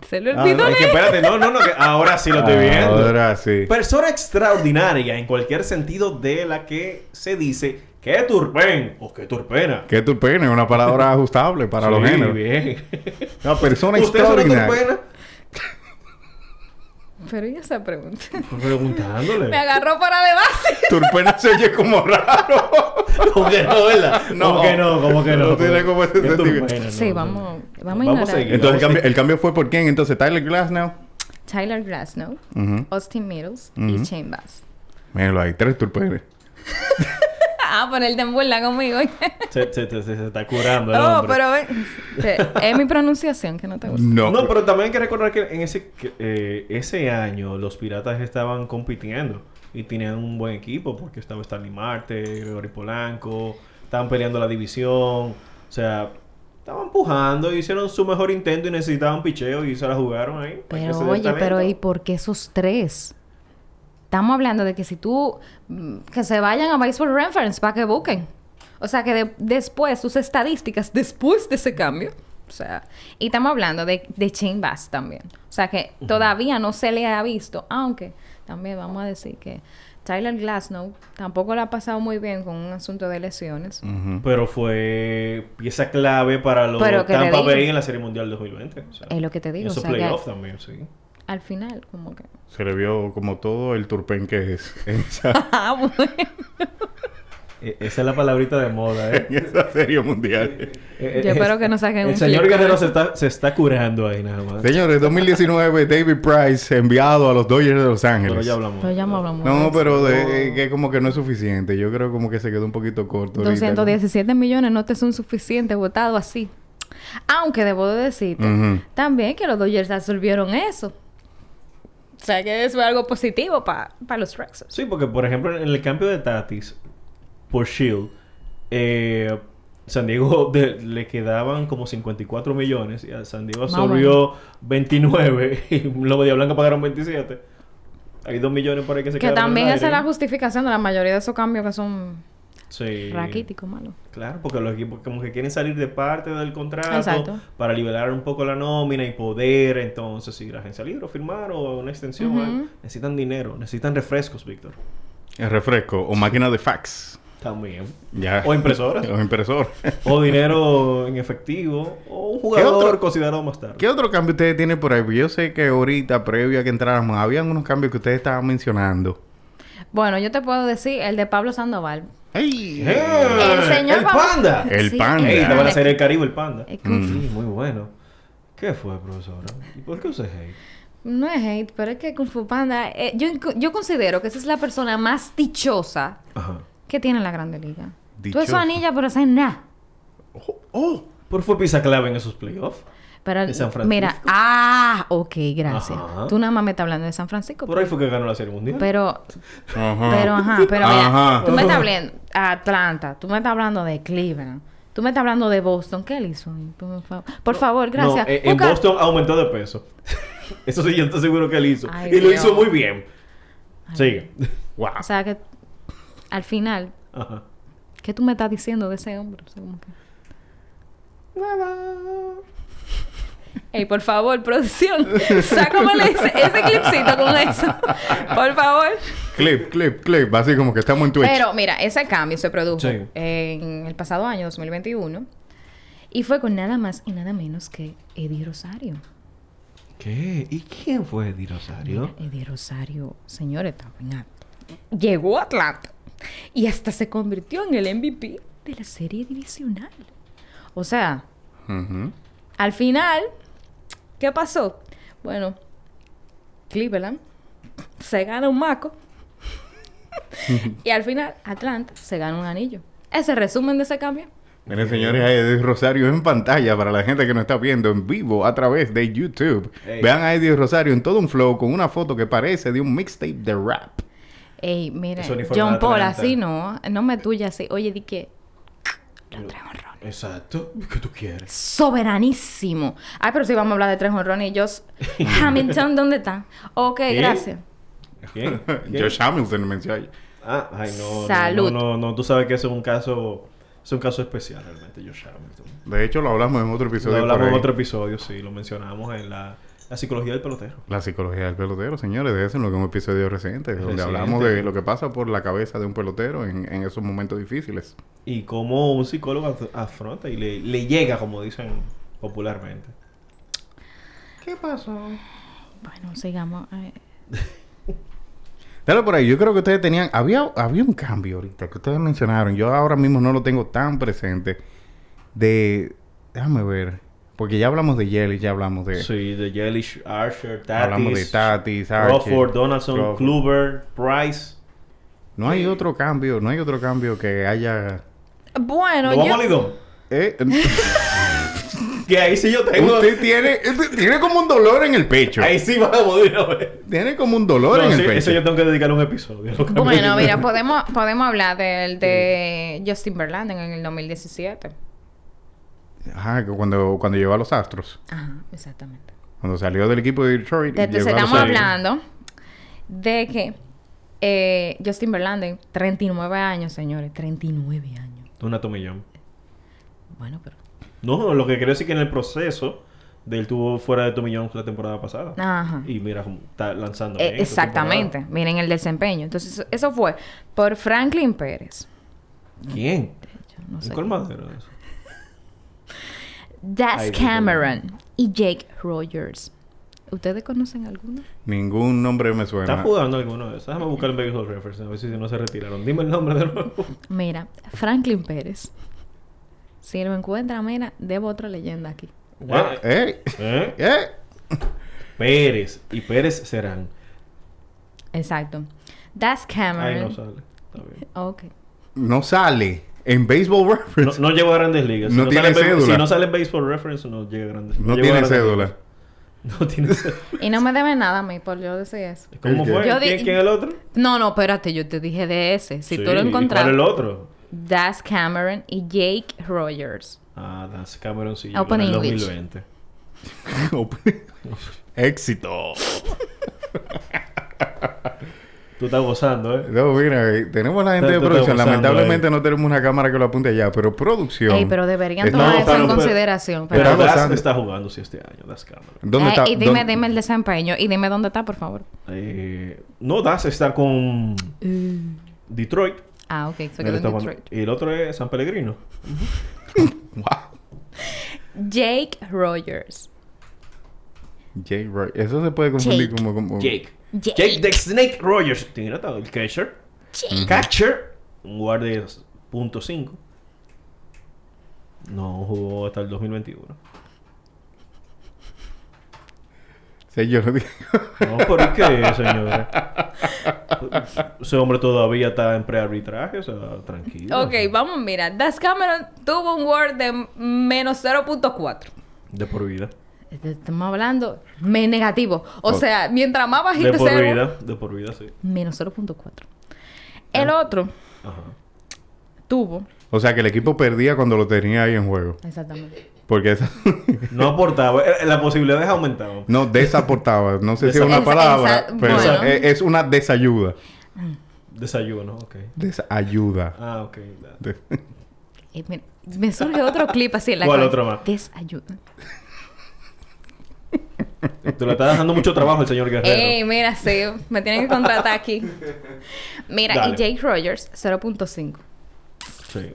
A: Se le
B: Ah, no,
A: olvidó
B: es que espérate, no, no, no. que ahora sí lo estoy viendo.
C: Ah, Ahora sí.
B: Persona extraordinaria en cualquier sentido de la que se dice que turpen o que turpena.
C: Que turpen es una palabra ajustable para los
B: Sí,
C: géneros.
B: bien.
C: Una persona
B: ¿Usted es una
C: extraordinaria.
B: turpena?
A: Pero ya esa pregunta. Me
B: Preguntándole.
A: agarró para de base.
C: Turpena se oye como raro.
B: ¿Cómo que no, verdad?
C: No.
B: ¿Cómo que no? ¿Cómo que no?
C: No tiene como ese
B: ¿Qué
C: sentido.
B: turpena? No,
A: Sí,
B: no.
A: vamos, vamos a
B: Vamos a
A: ignorar.
B: seguir.
C: Entonces el cambio, el cambio fue por quién? Entonces Tyler Glasnow.
A: Tyler Glasnow,
C: Ujú.
A: Austin Meadows
C: Ujú.
A: y Shane Bass.
C: Míralo ahí, tres turpenes.
A: ah, pero él te emburla conmigo.
B: Se, se- se- se- se está curando el
A: oh,
B: hombre.
A: pero ven. Es mi pronunciación que no te gusta.
C: No.
B: No, pero también hay que recordar que en ese, que, eh, ese año los piratas estaban compitiendo y tenían un buen equipo porque estaba Stanley Marte, Gregory Polanco, estaban peleando la división, o sea, estaban pujando, hicieron su mejor intento y necesitaban picheo y se la jugaron ahí. Hay que
A: Pero
B: ceder
A: oye,
B: talento.
A: pero ¿y por qué esos tres? Estamos hablando de que si tú... mm, Que se vayan a Baseball Reference para que busquen. O sea, que de- después, sus estadísticas después de ese cambio... O sea, y estamos hablando de, de Shane Bass también. O sea, que todavía no se le ha visto. Aunque también vamos a decir que Tyler Glasnow tampoco le ha pasado muy bien con un asunto de lesiones.
B: Mm.
C: Ujú.
B: Pero fue pieza clave para los
A: Pero que le
B: Tampa
A: dije.
B: Bay en la Serie Mundial 2020. o sea,
A: Es lo que te
B: y
A: digo. O
B: Esos
A: sea, que
B: playoffs también, sí.
A: al final, como que...
C: Se le vio como todo el turpén que es en esa,
A: Ah, bueno.
B: E- esa es la palabrita de moda, ¿eh?
C: en esa serie mundial.
B: Eh,
A: Yo
B: eh,
A: espero que no saquen
B: El
A: un
B: señor
A: clip.
B: Guerrero se está, se está curando ahí nada más.
C: Señores, 2019, David Price enviado a los Dodgers de Los Ángeles.
B: Pero ya hablamos.
A: Pero ya me hablamos. de
C: No,
A: eso.
C: pero de- eh, que como que no es suficiente. Yo creo como que se quedó un poquito corto. ahorita.
A: 217 millones no te son suficientes votado así. Aunque debo de decirte
C: Ujú.
A: también que los Dodgers absorbieron eso. O sea que eso es algo positivo para los Rexers.
B: Sí, porque por ejemplo en el cambio de Tatis por Shield, eh, San Diego de- le quedaban como 54 millones y a San Diego
A: Más
B: absorbió 29 y los Media Blanca pagaron 27. Hay 2 millones por ahí que se
A: Que
B: quedaron. en
A: también
B: el
A: esa es
B: aire.
A: la justificación de la mayoría de esos cambios que son
B: Sí.
A: raquíticos, malos.
B: Claro, porque los equipos como que quieren salir de parte del contrato
A: Exacto.
B: para liberar un poco la nómina y poder entonces ir a agencia libre, o firmar o una extensión. o algo.
A: Ujú.
B: Necesitan dinero, necesitan refrescos, Víctor.
C: El refresco o máquina de fax.
B: También.
C: Ya.
B: O impresoras.
C: o impresor.
B: o dinero en efectivo, o un
C: ¿Qué
B: jugador
C: otro?
B: considerado más tarde.
C: ¿Qué otro cambio ustedes tienen por ahí? Porque Yo sé que ahorita, previo a que entráramos, habían unos cambios que ustedes estaban mencionando.
A: Bueno, yo te puedo decir el de Pablo Sandoval.
C: ¡Ey!
B: ¡Eh!
A: El señor
B: ¡El
A: Pablo-
B: panda!
C: El
A: Sí,
C: panda.
B: Ey, te van a
A: panda.
B: hacer el Caribe el panda.
A: Es que-
B: Sí, muy bueno. ¿Qué fue, profesora? ¿Y por qué usted hate?
A: No es hate, pero es que Kung Fu Panda... eh, yo, yo considero que esa es la persona más dichosa
B: Ajá.
A: que tiene la Grande Liga. Tú eso
C: Dichosa.
A: anilla, pero haces nada.
B: Oh, oh, pero fue pieza clave en esos playoffs.
A: Pero,
B: ¿De San Francisco?
A: mira, ah, ok, gracias.
B: Ajá.
A: Tú nada más me estás hablando de San Francisco.
B: Por ahí fue que ganó la Serie Mundial.
A: Pero,
C: Ajá.
A: pero, ajá, pero mira,
C: Ah. Ajá.
A: tú me estás hablando de Atlanta, tú me estás hablando de Cleveland, tú me estás hablando de Boston. ¿Qué le hizo? ahí? Por favor, por favor, gracias.
B: No, eh, en
A: Busca-
B: Boston aumentó de peso. Eso sí, yo estoy seguro que él hizo.
A: Ay,
B: y lo
A: Dios.
B: hizo muy bien.
A: Ay,
B: Sigue.
C: Wow.
A: O sea que, al final,
B: Ajá.
A: ¿qué tú me estás diciendo de ese hombre? O sea, como que- Ey, por favor, producción, sácame ese, ese clipcito con eso. Por favor.
C: Clip, clip, clip. Así como que estamos en Twitch.
A: Pero mira, ese cambio se produjo
B: Sí.
A: en el pasado año, 2021, y fue con nada más y nada menos que Eddie Rosario.
B: ¿Qué? ¿Y quién fue Eddie Rosario?
A: Eddie Rosario, señores, también a- llegó a Atlanta y hasta se convirtió en el MVP de la serie divisional. O sea,
C: Ujú.
A: al final, ¿qué pasó? Bueno, Cleveland se gana un maco y al final Atlanta se gana un anillo. Ese resumen de ese cambio.
C: Miren, señores, a Eddie Rosario en pantalla para la gente que nos está viendo en vivo a través de YouTube.
B: Ey.
C: Vean a Eddie Rosario en todo un flow con una foto que parece de un mixtape de rap.
A: Ey, mira,
B: Ese uniforme de
A: John Paul
B: Atlanta.
A: así no, no me tuya así. Oye, di que
B: Exacto. ¿Qué tú quieres?
A: soberanísimo. Ay, pero si vamos a hablar de tres honronillos. Hamilton, ¿dónde está? Ok,
B: ¿Sí?
A: gracias.
B: ¿Quién? ¿Quién?
C: Josh Hamilton mencionó ahí.
B: Ah, ay, no, no,
A: Salud.
B: No, no, no, tú sabes que ese es un caso, es un caso especial realmente, Josh Hamilton.
C: De hecho, lo hablamos en otro
B: Lo
C: episodio.
B: hablamos
C: por
B: en
C: ahí.
B: otro episodio, sí, lo mencionamos en la, la psicología del pelotero.
C: La psicología del pelotero, señores, de eso en lo que es un episodio reciente, donde
B: Reciente.
C: hablamos de lo que pasa por la cabeza de un pelotero en, en esos momentos difíciles.
B: Y cómo un psicólogo af- afronta y le, le llega, como dicen popularmente. ¿Qué pasó?
A: Bueno, sigamos. eh.
C: Dale por ahí, yo creo que ustedes tenían, había, había un cambio ahorita que ustedes mencionaron, yo ahora mismo no lo tengo tan presente, de, déjame ver, porque ya hablamos de Jelly, ya hablamos de...
B: Sí, de Jellish, Archer, Tatis,
C: Hablamos de Tatis, Archer,
B: Crawford, Donaldson,
C: Crawford.
B: Kluber, Price.
C: No hay otro cambio, no hay otro cambio que haya...
A: Bueno,
B: ¿Nos vamos
A: yo...
B: al idón?
C: Eh,
B: Que ahí sí yo tengo...
C: usted tiene, usted tiene como un dolor en el pecho.
B: Ahí sí vas a poder a ver.
C: Tiene como un dolor
B: No,
C: en
B: sí,
C: el pecho.
B: eso yo tengo que dedicar un episodio.
A: Bueno, mira, podemos, podemos hablar del de Justin Verlander en el 2017.
C: Ajá, que cuando, cuando llegó a los Astros.
A: Ajá, exactamente.
C: Cuando salió del equipo de Detroit. y
A: Entonces
C: llegó a los
A: este estamos
C: Astros.
A: hablando de que eh, Justin Verlander, 39 años, señores, 39 años.
B: Una tomillón.
A: Bueno, pero...
B: No, lo que creo es que en el proceso del tuvo fuera de tomillón la temporada pasada.
A: Ajá.
B: Y mira, cómo está lanzando.
A: Ah. Eh,
B: bien esta
A: exactamente, miren el desempeño. Entonces, eso- eso fue por Franklin Pérez.
B: temporada. ¿Quién?
A: Yo no
B: ¿Un
A: sé.
B: colmadero de eso?
A: Das
B: Ay, sí,
A: Cameron y Jake Rogers. ¿Ustedes conocen alguno?
C: Ningún nombre me
B: ¿Está
C: suena.
B: jugando alguno de esos? Déjame buscar el Baseball Reference a ver si no se retiraron. Dime el nombre de nuevo.
A: Mira, Franklin Pérez. Si lo encuentra, mira, debo otra leyenda aquí.
B: What?
C: ¿Eh?
B: ¿Eh?
C: ¿Eh?
B: Pérez. Y Pérez serán.
A: Exacto. Das
B: Ahí
A: Cameron.
B: no sale. Está bien.
A: Ok.
C: No sale. En Baseball
B: No,
C: Reference.
B: no llegó a Grandes Ligas.
C: Pues No tiene
B: sale en Be-
C: cédula.
B: Si no sale en Baseball Reference, no llega a Grandes
C: No,
B: llegó a
C: tiene
B: Grandes
C: cédula.
B: Ligas. No tiene cédula.
A: Y no me debe nada a mí por yo decir eso.
B: ¿Cómo
C: ¿El qué?
B: fue?
A: Yo di-
B: ¿Quién, quién el otro?
A: No, no, espérate, yo te dije de ese. Si
B: Sí,
A: tú lo
B: ¿y
A: encontraste.
B: ¿Cuál el otro?
A: Das Cameron y Jake Rogers.
B: Ah, Das Cameron sí.
A: Open
B: en el
A: English.
B: 2020.
C: Éxito.
B: Tú estás gozando, ¿eh?
C: No, mira, eh, tenemos la gente
B: Te-
C: de
B: te
C: producción.
B: está abusando,
C: Lamentablemente
B: eh.
C: no tenemos una cámara que lo apunte allá, pero producción. Eh,
A: Ey, pero deberían
C: Está
A: tomar eso
B: pero-
A: en
B: pero-
A: consideración.
B: Pero,
C: Pero
B: Das
C: gozando.
B: está jugando sí este año, Das Cameron.
C: ¿Dónde
A: Eh,
C: está?
A: y dime,
C: dónde-
A: dime el desempeño y dime dónde está, por favor.
B: Eh, no, Das está con Detroit.
A: Ah, ok. Mm. Se
B: Él
A: quedó en
B: está con-
A: Detroit.
B: Y el otro es San Pellegrino.
C: Wow.
A: Jake Rogers.
C: Jake Roy. Eso se puede confundir
D: Jake.
C: como, como-
B: Jake.
D: Jake.
B: Jake the Snake Rogers. Tiene atado el catcher. Catcher. Un guardia punto cinco. No jugó hasta el 2021.
C: Sí, yo lo digo.
B: No, ¿por qué, señora? Ese hombre todavía está en prearbitraje, o sea, tranquilo.
A: Ok, vamos, mira. Das Cameron tuvo un Word de menos 0.4.
B: De por vida.
A: Estamos hablando me negativo. O
C: Oh.
A: sea, mientras más
B: De
A: bajito
B: por
A: sea,
B: vida. Ah. De por vida, sí.
A: menos 0.4. El otro
B: Ajá.
A: tuvo.
C: O sea, que el equipo perdía cuando lo tenía ahí en juego.
A: Exactamente.
C: Porque esa-
B: No aportaba. Eh, Las posibilidades aumentaban.
C: no desaportaba. No sé si es una
A: Desa-
C: palabra,
A: esa-
C: pero
A: bueno.
C: es, es una desayuda.
B: Desayuno, ok.
C: Desayuda.
B: Ah, ok.
C: De-
A: Eh, me, me surge otro clip así en la
B: ¿Cuál
A: cabeza.
B: otro más?
A: Desayuno.
B: Te lo está dejando mucho trabajo el señor Guerrero.
A: Ey, Eh, mira, sí, me tienen que contratar aquí. Mira,
B: Dale.
A: y Jake Rogers, 0.5.
B: Sí.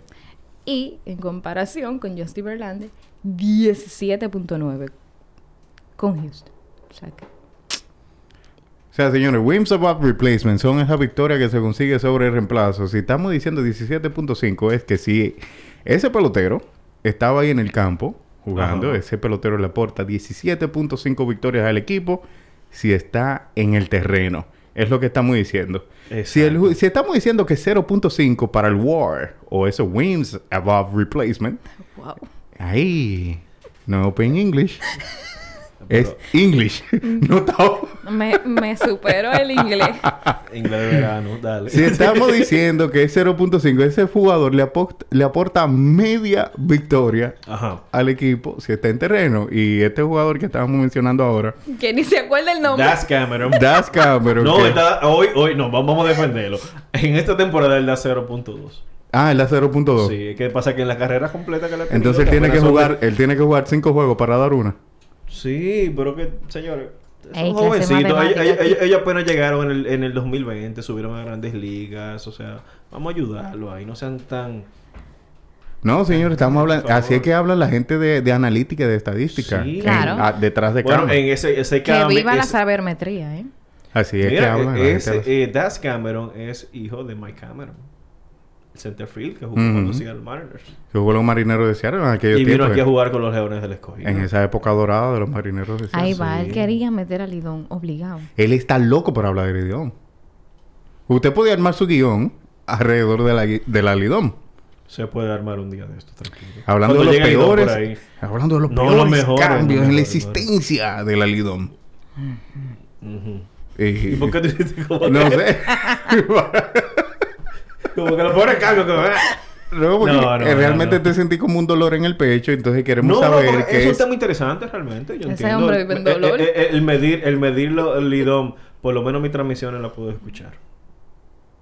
A: Y en comparación con Justin Verlander, 17.9 con Houston. O sea que-
C: O sea, señores, wins above replacement son esa victoria que se consigue sobre el reemplazo. Si estamos diciendo 17.5 es que si ese pelotero estaba ahí en el campo jugando,
B: Ajá.
C: ese pelotero le aporta 17.5 victorias al equipo si está en el terreno. Es lo que estamos diciendo. Si, el ju- si estamos diciendo que 0.5 para el WAR o ese wins above replacement,
A: wow.
C: ahí no open English. Es
B: Pero
C: English. no está
A: Me, me superó el inglés.
B: Inglés de verano, dale.
C: Si estamos diciendo que es 0.5, ese jugador le, apo- le aporta media victoria
B: Ajá.
C: al equipo si está en terreno. Y este jugador que estábamos mencionando ahora,
A: Que ni se acuerda el nombre.
B: Das Cameron.
C: Das Cameron.
B: no,
C: que-
B: está- hoy, hoy, no, vamos vamos a defenderlo. En esta temporada él da 0.2.
C: Ah, él da 0.2.
B: Sí, es que pasa que en la carrera completa que le ha tenido,
C: Entonces él tiene que
B: apenas son
C: jugar,
B: de-
C: él tiene que jugar 5 juegos para dar una.
B: Sí, pero que, señores.
A: Ey,
B: Son
A: clase
B: jovencitos. Ellos,
A: matemática
B: ellos-
A: aquí.
B: ellos- ellos apenas llegaron en el, en el 2020, subieron a grandes ligas. O sea, vamos a ayudarlo ahí. No sean tan.
C: No, señor, estamos hablando.
B: Por favor.
C: Así es que habla la gente de, de analítica y de estadística.
B: Sí.
C: en-
A: Claro.
C: ah, detrás de
B: Bueno,
C: cámara.
B: en ese, ese
A: que
B: cambio-
A: viva la
B: ese-
A: sabermetría, ¿eh?
C: Así es que
B: Mira,
C: habla. la
B: eh,
C: gente
B: ese,
C: de los-
B: eh, Das Cameron es hijo de Mike Cameron. El centerfield que jugó
C: Ujú.
B: con los Seattle Mariners.
C: que jugó los marineros de Seattle en aquellos
B: Y vino
C: tiempos.
B: aquí a
C: en-
B: jugar con los Leones del Escogido.
C: En esa época dorada de los marineros de Seattle.
A: Ahí va,
B: sí.
A: él quería meter al idón, obligado.
C: Él está loco por hablar de idioma. Usted podía armar su guión alrededor de la, gui- de la Lidom.
B: Se puede armar un día de esto, tranquilo.
C: Hablando
B: Cuando
C: de los
B: llega Guido por
C: peores.
B: ahí.
C: Hablando de los
B: No, los
C: peores
B: mejores, los
C: cambios en la
B: mejores,
C: existencia de la Lidom. Eh,
B: ¿Y por qué tú hiciste como
C: No
B: que-
C: sé.
B: Como que los peores cambios que...
C: No, porque
B: No, no,
C: eh, realmente
B: no, no.
C: te sentí como un dolor en el pecho, entonces queremos
B: No, no,
C: saber
B: porque
C: qué
B: es un
C: es.
B: tema interesante realmente. Yo
A: Ese
B: entiendo.
A: hombre vive en
B: Eh, eh,
A: dolor.
B: eh, El, medir, el medir lo- el lidom, por lo menos mis transmisiones las puedo escuchar.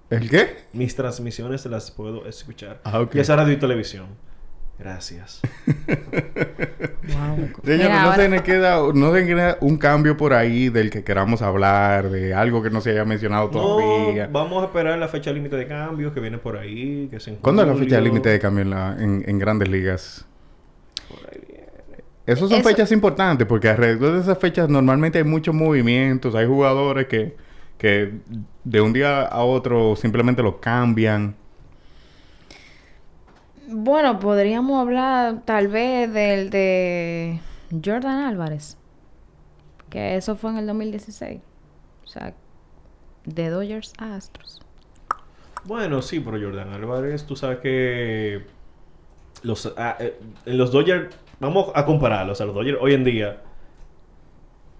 C: ¿El qué?
B: Mis transmisiones las puedo escuchar.
C: Ah, ok.
B: Y esa radio y televisión. Gracias.
A: Wow.
C: Señores,
A: Mira,
C: no
A: ahora-
C: se nos queda, no se queda un cambio por ahí del que queramos hablar, de algo que no se haya mencionado todavía.
B: No, vamos a esperar la fecha límite de cambios que viene por ahí. Que es en
C: ¿Cuándo es la fecha
B: julio.
C: límite de cambio en, la- en- en grandes ligas? Esas son
A: Eso-
C: fechas importantes porque alrededor de esas fechas normalmente hay muchos movimientos, hay jugadores que, que de un día a otro simplemente los cambian.
A: Bueno, podríamos hablar tal vez del de Jordan Álvarez. Que eso fue en el 2016. O sea, de Dodgers a Astros.
B: Bueno, sí, pero Jordan Álvarez, tú sabes que los, ah, eh, en los Dodgers, vamos a compararlos a los Dodgers hoy en día,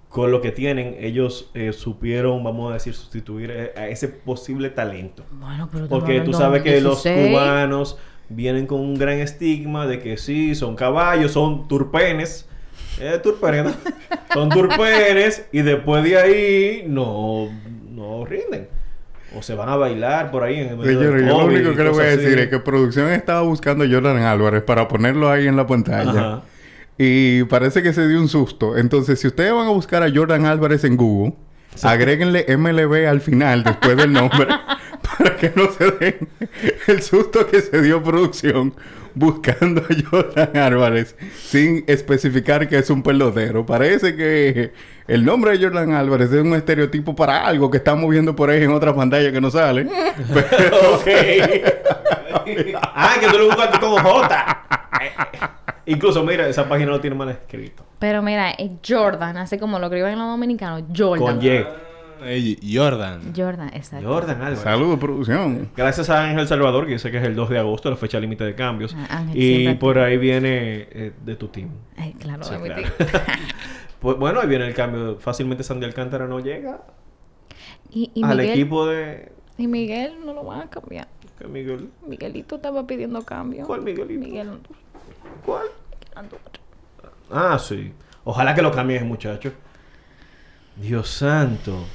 B: con lo que tienen, ellos eh, supieron, vamos a decir, sustituir eh, a ese posible talento.
A: Bueno, pero
B: Porque tú sabes que los cubanos vienen con un gran estigma de que sí, son caballos, son turpenes. Eh, turpenes, ¿no? son turpenes y después de ahí no, no rinden. O se van a bailar por ahí en el medio
C: Señores,
B: del
C: yo lo
B: COVID
C: único
B: y
C: que le voy a
B: cosas así.
C: decir es que producción estaba buscando a Jordan Álvarez para ponerlo ahí en la pantalla.
B: Ajá.
C: Y parece que se dio un susto. Entonces, si ustedes van a buscar a Jordan Álvarez en Google, agréguenle MLB al final, después del nombre, para que no se den el susto que se dio producción buscando a Jordan Álvarez sin especificar que es un pelotero. Parece que el nombre de Jordan Álvarez es un estereotipo para algo que estamos viendo por ahí en otra pantalla que no sale.
B: Ok. ah, que tú lo buscaste con J. Eh, Incluso, mira, esa página lo tiene mal escrito.
A: Pero mira, es Jordan, así como lo escriben los dominicanos. Jordan.
B: Con Y.
E: Ey, Jordan.
A: Jordan, exacto.
B: Jordan Álvarez.
C: Saludos, producción.
B: Gracias a Ángel Salvador, que dice que es el 2 de agosto, la fecha límite de cambios.
A: Ah, Ángel,
B: y
A: siempre.
B: por ahí viene eh, de tu team.
A: Ay, claro,
B: Sí,
A: de mi
B: claro.
A: tío.
B: Pues bueno, ahí viene el cambio. Fácilmente Sandy Alcántara no llega
A: Y, y
B: al
A: Miguel,
B: equipo de.
A: y Miguel no lo van a cambiar.
B: que Miguel.
A: Miguelito estaba pidiendo cambio.
B: ¿Cuál Miguelito?
A: Miguel Honduras.
B: ¿Cuál?
A: Honduras.
B: Ah, sí. Ojalá que lo cambien, ese muchacho. Dios santo.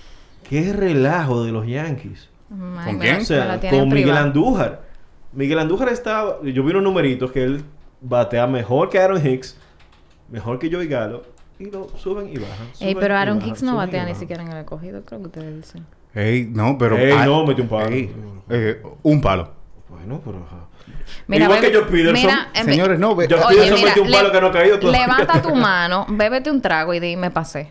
B: Qué relajo de los Yankees.
A: Ay,
C: ¿Con
A: me
C: quién?
A: la-
B: O
A: me
B: sea,
A: la tienen
B: con Miguel
A: privada.
B: Andújar. Miguel Andújar está. Yo vi unos numeritos que él batea mejor que Aaron Hicks, mejor que Joey Galo, y lo suben y bajan.
A: Ey,
B: suben
A: pero
B: y
A: Aaron
B: bajan,
A: Hicks no
B: suben y
A: batea ni
B: bajan.
A: siquiera en el acogido, creo que ustedes dicen.
C: Ey, no, pero...
B: Ey,
C: ah,
B: no, metió un palo.
C: ey, eh, un palo.
B: Bueno, pero. ajá. Igual que Josh Peterson,
A: en vez-
C: Señores, no, ve-
B: Yo-
A: eh, Oye,
B: Peterson
A: mira,
B: metió un palo
A: le-
B: que no ha caído todavía.
A: levanta tu mano, bébete un trago y di, me pasé.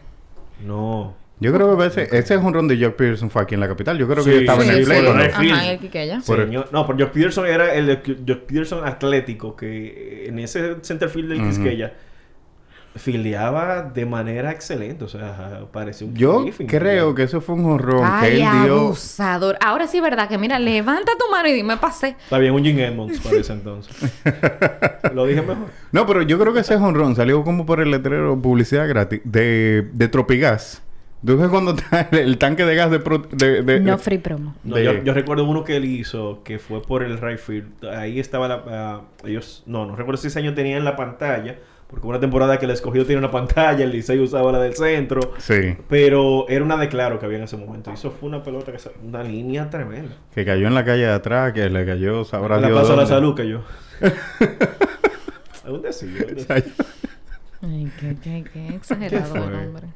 B: No.
C: Yo creo que ese, ese honrón de Jack Peterson fue aquí en la capital. Yo creo que
B: Sí,
C: yo estaba
B: sí,
C: en el
B: sí.
C: pleno.
B: Correcto.
A: Ajá,
B: Refil.
A: en el Quiqueya.
C: Por-
B: Señor, no, pero Josh Peterson era el de- Josh Peterson atlético que en ese centerfield del Quisqueya filiaba de manera excelente. O sea, parecía un
C: Yo
B: Griffin.
C: creo que eso fue un honrón que
A: Ay,
C: él dio.
A: abusador. Ahora sí, verdad que mira, levanta tu mano y di, me pasé.
B: Está bien, un Jim Edmonds para ese entonces. lo dije mejor.
C: No, pero yo creo que ese honrón salió como por el letrero publicidad gratis de, de Tropigas. Entonces cuando está el, el tanque de gas de... pro- de- de-
A: No free promo.
B: No,
C: de-
B: yo, yo recuerdo uno que él hizo que fue por el right field. Ahí estaba la. ah, ellos. No, no recuerdo si ese año tenían la pantalla. Porque hubo una temporada que el escogido tenía una pantalla, el Licey usaba la del centro.
C: Sí,
B: Pero era una de claro que había en ese momento. Y eso fue una pelota, que sa- una línea tremenda.
C: que cayó en la calle de atrás, que le cayó, sabrá
B: la
C: Dios
B: paso a la
C: dónde.
B: salud que yo. ¿Dónde sí? ¿Dónde sí?
A: Ay, qué, qué, qué exagerado
C: ¿Qué
A: el
C: fue?
A: hombre.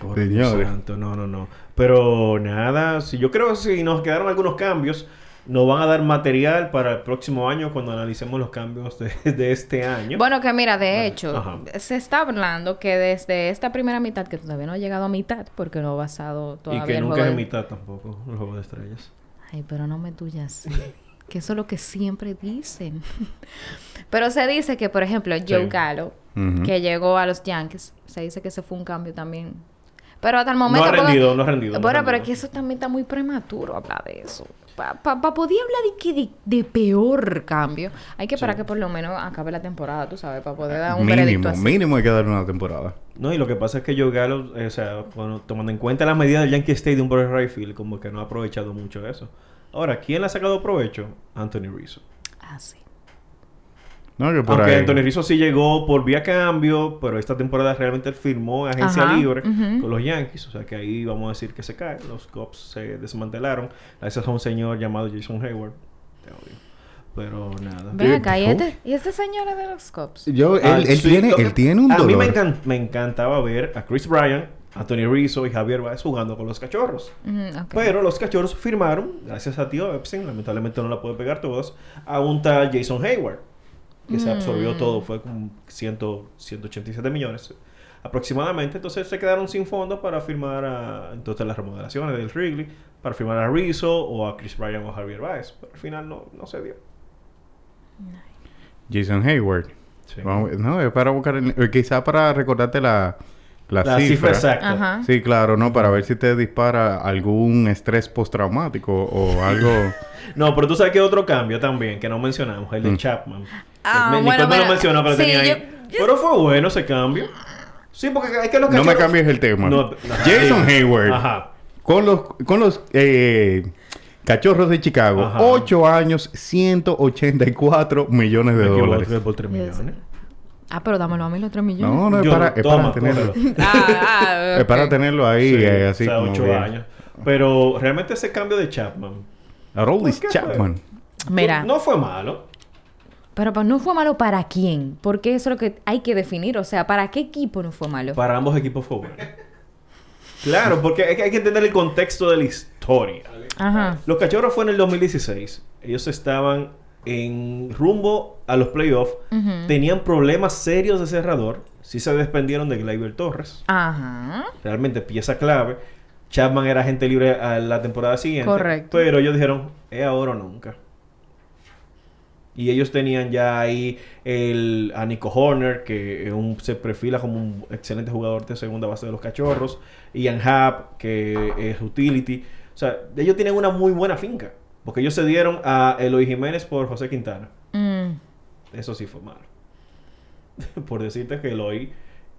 B: Por
C: Señores.
B: Dios santo, no, no, no. Pero nada, si yo creo que si nos quedaron algunos cambios, nos van a dar material para el próximo año cuando analicemos los cambios de, de este año.
A: Bueno, que mira, de hecho,
B: Ajá.
A: se está hablando que desde esta primera mitad, que todavía no ha llegado a mitad, porque no ha basado
B: y
A: todavía
B: que
A: el
B: nunca
A: juego
B: es
A: de-
B: mitad tampoco, los Juegos de Estrellas.
A: Ay, pero no me tuyas. que eso es lo que siempre dicen. pero se dice que, por ejemplo, Joe
B: Sí.
A: Gallo,
C: Ujú.
A: que llegó a los Yankees, se dice que ese fue un cambio también. Pero hasta el momento.
B: No ha rendido, no ha rendido, no ha
A: Bueno, pero
B: rendido.
A: es que eso también está muy prematuro hablar de eso. Para pa, pa poder hablar de que de, de peor cambio, hay que esperar que por lo menos acabe la temporada, tú sabes, para poder dar un veredicto
C: Mínimo,
A: así.
C: mínimo hay que darle una temporada.
B: No, y lo que pasa es que Joe Gallo, eh, o sea, bueno, tomando en cuenta las medidas del Yankee Stadium por el right field, como que no ha aprovechado mucho eso. Ahora, ¿quién le ha sacado provecho? Anthony Rizzo.
A: Ah, sí.
C: No, que por
B: Aunque
C: ahí.
B: Anthony Rizzo sí llegó por vía cambio, pero esta temporada realmente él firmó agencia
A: Ajá,
B: libre
A: ujú.
B: con los Yankees. O sea que ahí vamos a decir que se cae. Los Cubs se desmantelaron. Gracias a un señor llamado Jason Hayward. Te odio. Pero nada.
A: Ven
C: Eh,
A: acá, ¿y
C: oh.
A: este, y este señor es de los Cops?
C: Yo, él,
B: Ah,
C: él
B: sí,
C: tiene,
B: lo que-
C: él tiene un
B: A
C: dolor.
B: mí me, encan- me encantaba ver a Chris Bryan, Anthony Rizzo y Javier Baez jugando con los cachorros. Pero los cachorros firmaron, gracias a tío Epstein, lamentablemente no la puede pegar todas, a un tal Jason Hayward, que se absorbió todo, fue como 100, 187 millones aproximadamente. Entonces se quedaron sin fondo para firmar a, entonces las remodelaciones del Wrigley, para firmar a Rizzo o a Chris Bryan o a Javier Baez. Pero al final no, no se dio.
C: Jason Hayward.
B: Sí.
C: Vamos- no, es para buscar... el- eh, quizá para recordarte la, la,
B: La cifra
C: cifra.
B: exacta.
A: Ajá.
C: Sí, claro, ¿no? Para ver si te dispara algún estrés postraumático o algo...
B: No, pero tú sabes que otro cambio también que no mencionamos, el de
C: Mm.
B: Chapman.
A: Ah,
B: Me-
A: bueno,
B: Nicole me lo
A: pero-
B: mencionó, pero
A: sí,
B: tenía ahí.
A: yo- yo-
B: Pero fue bueno ese cambio. Sí, porque es que los
C: No me
B: cachorros-
C: cambies el tema.
B: No, no,
C: Jason
B: sí.
C: Hayward.
B: Ajá.
C: Con los, con los eh, cachorros de Chicago.
B: Ajá.
C: 8 años, 184 millones de
B: Me equivoqué,
C: dólares.
B: fue por tres millones.
A: Ah, pero dámelo a mí los 3 millones.
C: No, no, es
B: Yo-
C: para, es
B: toma,
C: para tenerlo.
B: cógelo.
A: Ah, ah,
C: Es para
A: ok.
C: tenerlo ahí,
B: Sí,
C: eh, así
B: o sea,
C: como
B: ocho
C: bien.
B: años. Pero realmente ese cambio de Chapman
C: A Rollis
B: ¿Por qué
C: Chapman.
A: Mira,
B: no fue malo.
A: pero pues, no fue malo para quién. Porque eso es lo que hay que definir. O sea, ¿para qué equipo no fue malo?
B: Para ambos equipos fue bueno. Claro, porque hay que, hay que entender el contexto de la historia.
A: Ajá.
B: Los cachorros fue en el 2016. Ellos estaban en rumbo a los playoffs. Tenían problemas serios de cerrador. Sí se despendieron de Gleyber Torres.
A: Ajá.
B: realmente pieza clave. Chapman era agente libre a la temporada siguiente.
A: Correcto.
B: Pero ellos dijeron, es ahora o nunca. Y ellos tenían ya ahí el, a Nico Horner, que es un- se perfila como un excelente jugador de segunda base de los cachorros. Ian Happ, que es utility. O sea, ellos tienen una muy buena finca. Porque ellos se dieron a Eloy Jiménez por José Quintana.
A: Mm.
B: Eso sí fue malo. por decirte que Eloy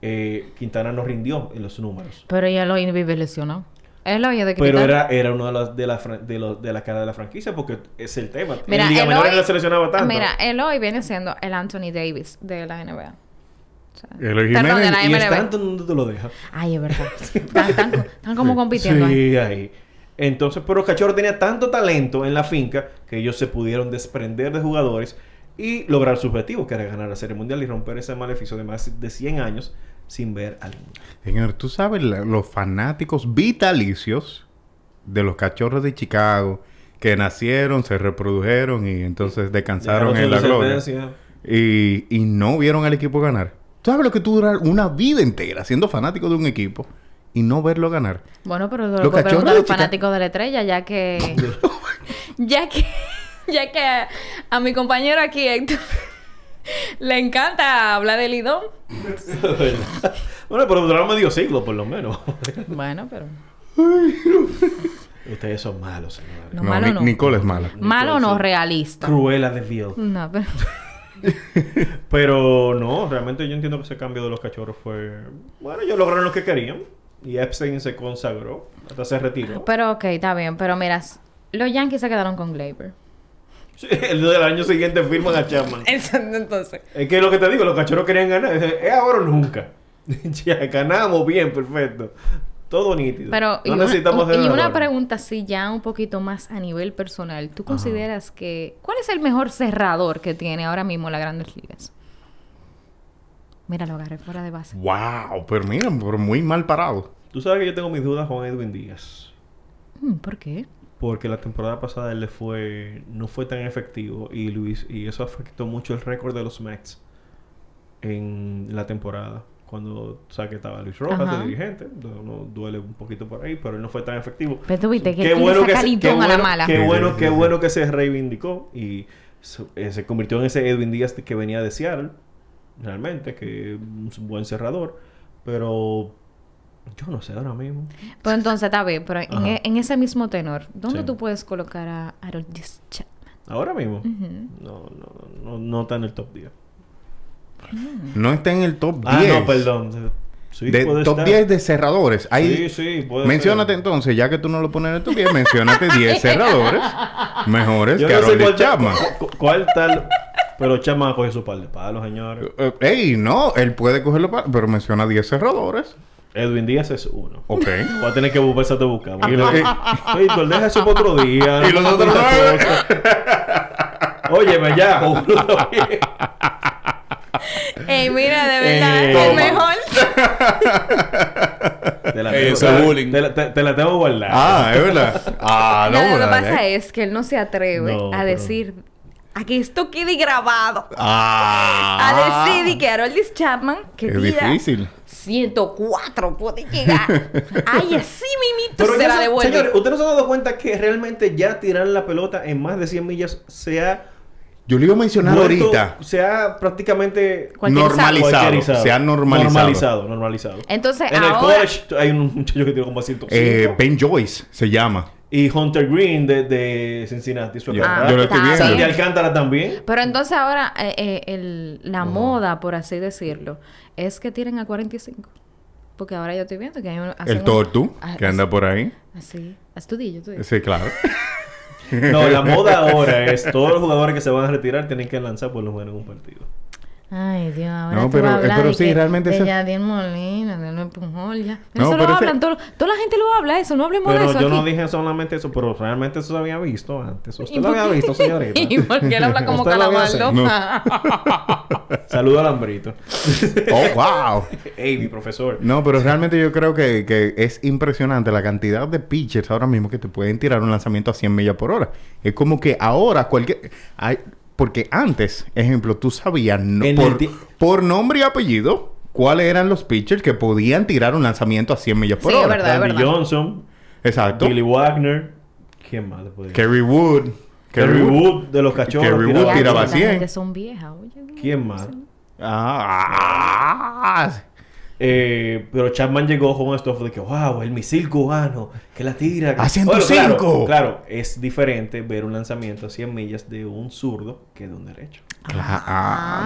B: eh, Quintana no rindió en los números.
A: Pero ya lo vive lesionado. Él lo había de
B: Pero
A: quitar.
B: era, era uno de las de la, fran- de, los- de la cara de la franquicia porque es el tema.
A: Mira,
B: en Liga
A: Eloy-
B: Menor él la seleccionaba tanto.
A: Mira, él hoy viene siendo el Anthony Davis de la NBA. O sea,
C: Eloy
A: Perdón,
C: Jiménez.
A: de la
B: y es
A: MLB.
B: tanto donde te lo deja.
A: Ay, es verdad. Están, están- están como compitiendo ¿eh? ahí.
B: Sí, ahí. Entonces, pero Cachorro tenía tanto talento en la finca que ellos se pudieron desprender de jugadores y lograr su objetivo, que era ganar la Serie Mundial y romper ese maleficio de más de 100 años sin ver al mundo.
C: Señor, tú sabes la- los fanáticos vitalicios de los cachorros de Chicago que nacieron, se reprodujeron y entonces descansaron en
B: Dejaron
C: la
B: su
C: gloria.
B: descendencia.
C: Y, y no vieron al equipo ganar. ¿Tú sabes lo que tú durar una vida entera siendo fanático de un equipo y no verlo ganar?
A: Bueno, pero
C: Los
A: lo que
C: cachorros
A: preguntar
C: de
A: a los
C: Chica-
A: fanáticos de la estrella, ya que. ya que. ya que a, a mi compañero aquí, Héctor, le encanta hablar del Lidón.
B: bueno, pero duraron medio siglo, por lo menos.
A: Bueno, pero.
B: Ustedes son malos, señores.
A: No, malo
C: Ni-
A: no.
C: Nicole es mala.
A: Malo no realista.
B: Cruela de Vil.
A: No, pero.
B: Pero no, realmente yo entiendo que ese cambio de los cachorros fue. Bueno, ellos lograron lo que querían. Y Epstein se consagró hasta se retiró.
A: Pero ok, está bien. Pero mira, s- los Yankees se quedaron con Gleyber.
B: Sí, El del año siguiente firman a Chapman.
A: Entonces.
B: Es que lo que te digo, los cachorros querían ganar. Es ahora o nunca. ya ganamos bien, perfecto. Todo nítido.
A: Pero, y,
B: no
A: una,
B: necesitamos
A: un- y
B: hacer
A: una
B: nada.
A: pregunta así ya un poquito más a nivel personal. ¿Tú consideras que... ¿Cuál es el mejor cerrador que tiene ahora mismo la Grandes Ligas? Mira, lo agarré fuera de base.
C: ¡Wow! Pero mira, pero muy mal parado.
B: Tú sabes que yo tengo mis dudas con Edwin Díaz.
A: Mm, ¿Por qué?
B: Porque la temporada pasada él le fue, no fue tan efectivo y Luis y eso afectó mucho el récord de los Mets en la temporada. Cuando o sea, que estaba Luis Rojas
A: Ajá.
B: de dirigente, no, no, duele un poquito por ahí, pero él no fue tan efectivo.
A: Pero tú viste que
B: Qué
A: él tiene esa
B: bueno que, se, qué
A: calidón a la
B: bueno-
A: mala.
B: qué
C: Sí,
B: bueno,
C: sí,
B: qué
C: sí, sí.
B: bueno que se reivindicó y se, eh, se convirtió en ese Edwin Díaz que venía de Seattle, realmente, que es un buen cerrador, pero Yo no sé ahora mismo.
A: Pero Pues entonces, está bien, pero en, e,
B: Ajá.
A: en ese mismo tenor, ¿dónde
B: Sí.
A: tú puedes colocar a Harold Dis- Cha-
B: ¿Ahora mismo? no, no, no, no está en el top 10.
A: Mm.
C: No está en el top 10.
B: Ah, no, perdón. Sí,
C: De-
B: puede
C: top
B: estar.
C: 10 de cerradores. Ahí,
B: Sí, sí, puede
C: menciónate
B: ser.
C: entonces, ya que tú no lo pones en el top 10, menciónate 10 cerradores mejores
B: Yo
C: que
B: no sé
C: Aroldis
B: cuál,
C: Chapman.
B: cu- cu- cuál tal. Pero Chapman coge su par de palos, señores.
C: Eh, Ey, no, él puede cogerlo para... Pero menciona 10 cerradores.
B: Edwin Díaz es uno.
C: Ok.
B: Voy a tener que volverse a te buscar. porque-
C: Y lo- y-
B: Víctor, deja eso para otro día.
C: Ah, eh. Y
B: no
C: los
B: me
C: otros
B: gusta
C: nueve.
B: cosa. Óyeme ya. boludo.
A: Ey, mira, de
B: verdad,
A: verdad,
B: Eh, el
A: el
B: toma.
A: mejor.
B: Te la
E: Ey,
B: tengo-
E: eso
B: te la-
E: es bullying.
B: Te la, te- te la tengo guardada.
C: ah, es verdad. Ah, no,
A: lo que
C: dale.
A: pasa es que él no se atreve
B: No,
A: a
B: pero-
A: decir, a que esto quede grabado.
C: Ah.
A: A decir y que Harold Chapman, que
C: Es
A: tira
C: difícil.
A: 104 puede llegar. Ay, así mimito
B: Pero
A: se
B: ya
A: la
B: se-
A: devuelve.
B: Señores, ¿ustedes no se han dado cuenta que realmente ya tirar la pelota en más de 100 millas se ha
C: Yo lo iba a mencionar
B: vuelto-
C: ahorita.
B: se ha prácticamente
A: Cualquier
C: normalizado.
B: cualquierizado?
C: Se ha normalizado.
B: Normalizado, normalizado.
A: Entonces,
B: en el
A: ahora-
B: college hay un muchacho que tiene como 105.
C: Eh, ben Joyce se llama.
B: y Hunter Green de, de Cincinnati. Su
C: Yo-
B: acá.
C: yo lo
A: está
C: estoy viendo.
B: Santi
A: bien.
B: Alcántara también.
A: Pero entonces ahora eh, eh, el- la moda, por así decirlo, es que tienen a 45. Porque ahora yo estoy viendo que hay un... hacen
C: El
A: un-
C: Tortu,
A: ah,
C: que anda por ahí.
A: Así, astudillo, tú dices.
C: Sí, claro.
B: No, la moda ahora es todos los jugadores que se van a retirar tienen que lanzar por lo menos un partido.
A: Ay, Dios, ahora
C: No,
A: tú
C: pero-
A: vas a hablar
C: pero
A: de
C: sí,
A: que-
C: realmente
A: de
C: eso-
A: Yadier Molina, de Luis Pujol, ya.
C: No,
A: eso lo
C: pero ese-
A: hablan, todo- toda la gente lo habla eso, no hablemos de
B: Pero
A: eso
B: yo no
A: aquí.
B: dije solamente eso, pero realmente eso se había visto antes.
A: ¿Y
B: Usted lo había
A: por qué-
B: visto, señorita.
A: ¿Y por qué él habla como
B: Usted lo había
A: calamar
B: hecho.
A: loca?
B: Saludo al hambrito.
C: Oh, wow.
B: Ey, mi profesor.
C: No, pero realmente yo creo que, que es impresionante la cantidad de pitchers ahora mismo que te pueden tirar un lanzamiento a 100 millas por hora. Es como que ahora cualquier... hay- porque antes, ejemplo, tú sabías no-
B: En el
C: por,
B: ti-
C: por nombre y apellido cuáles eran los pitchers que podían tirar un lanzamiento a 100 millas por
A: Sí, es
C: hora.
A: verdad, es
B: Randy
A: verdad.
B: Johnson,
C: Exacto.
B: Billy Wagner. ¿Quién más le puede decir?
C: Kerry Wood.
B: Kerry Wood de los cachorros.
C: Kerry Wood
B: tiraba-
A: Ya,
C: tiraba
A: la
C: cien.
A: gente son viejas, oye.
B: ¿Quién más?
C: Ah, ah.
B: Eh, pero Chapman llegó con esto de que, wow, el misil cubano, que la tira.
C: ¡A
B: Oye, claro,
C: 105!
B: claro, es diferente ver un lanzamiento a 100 millas de un zurdo que de un derecho.
C: Cla-
A: Ah,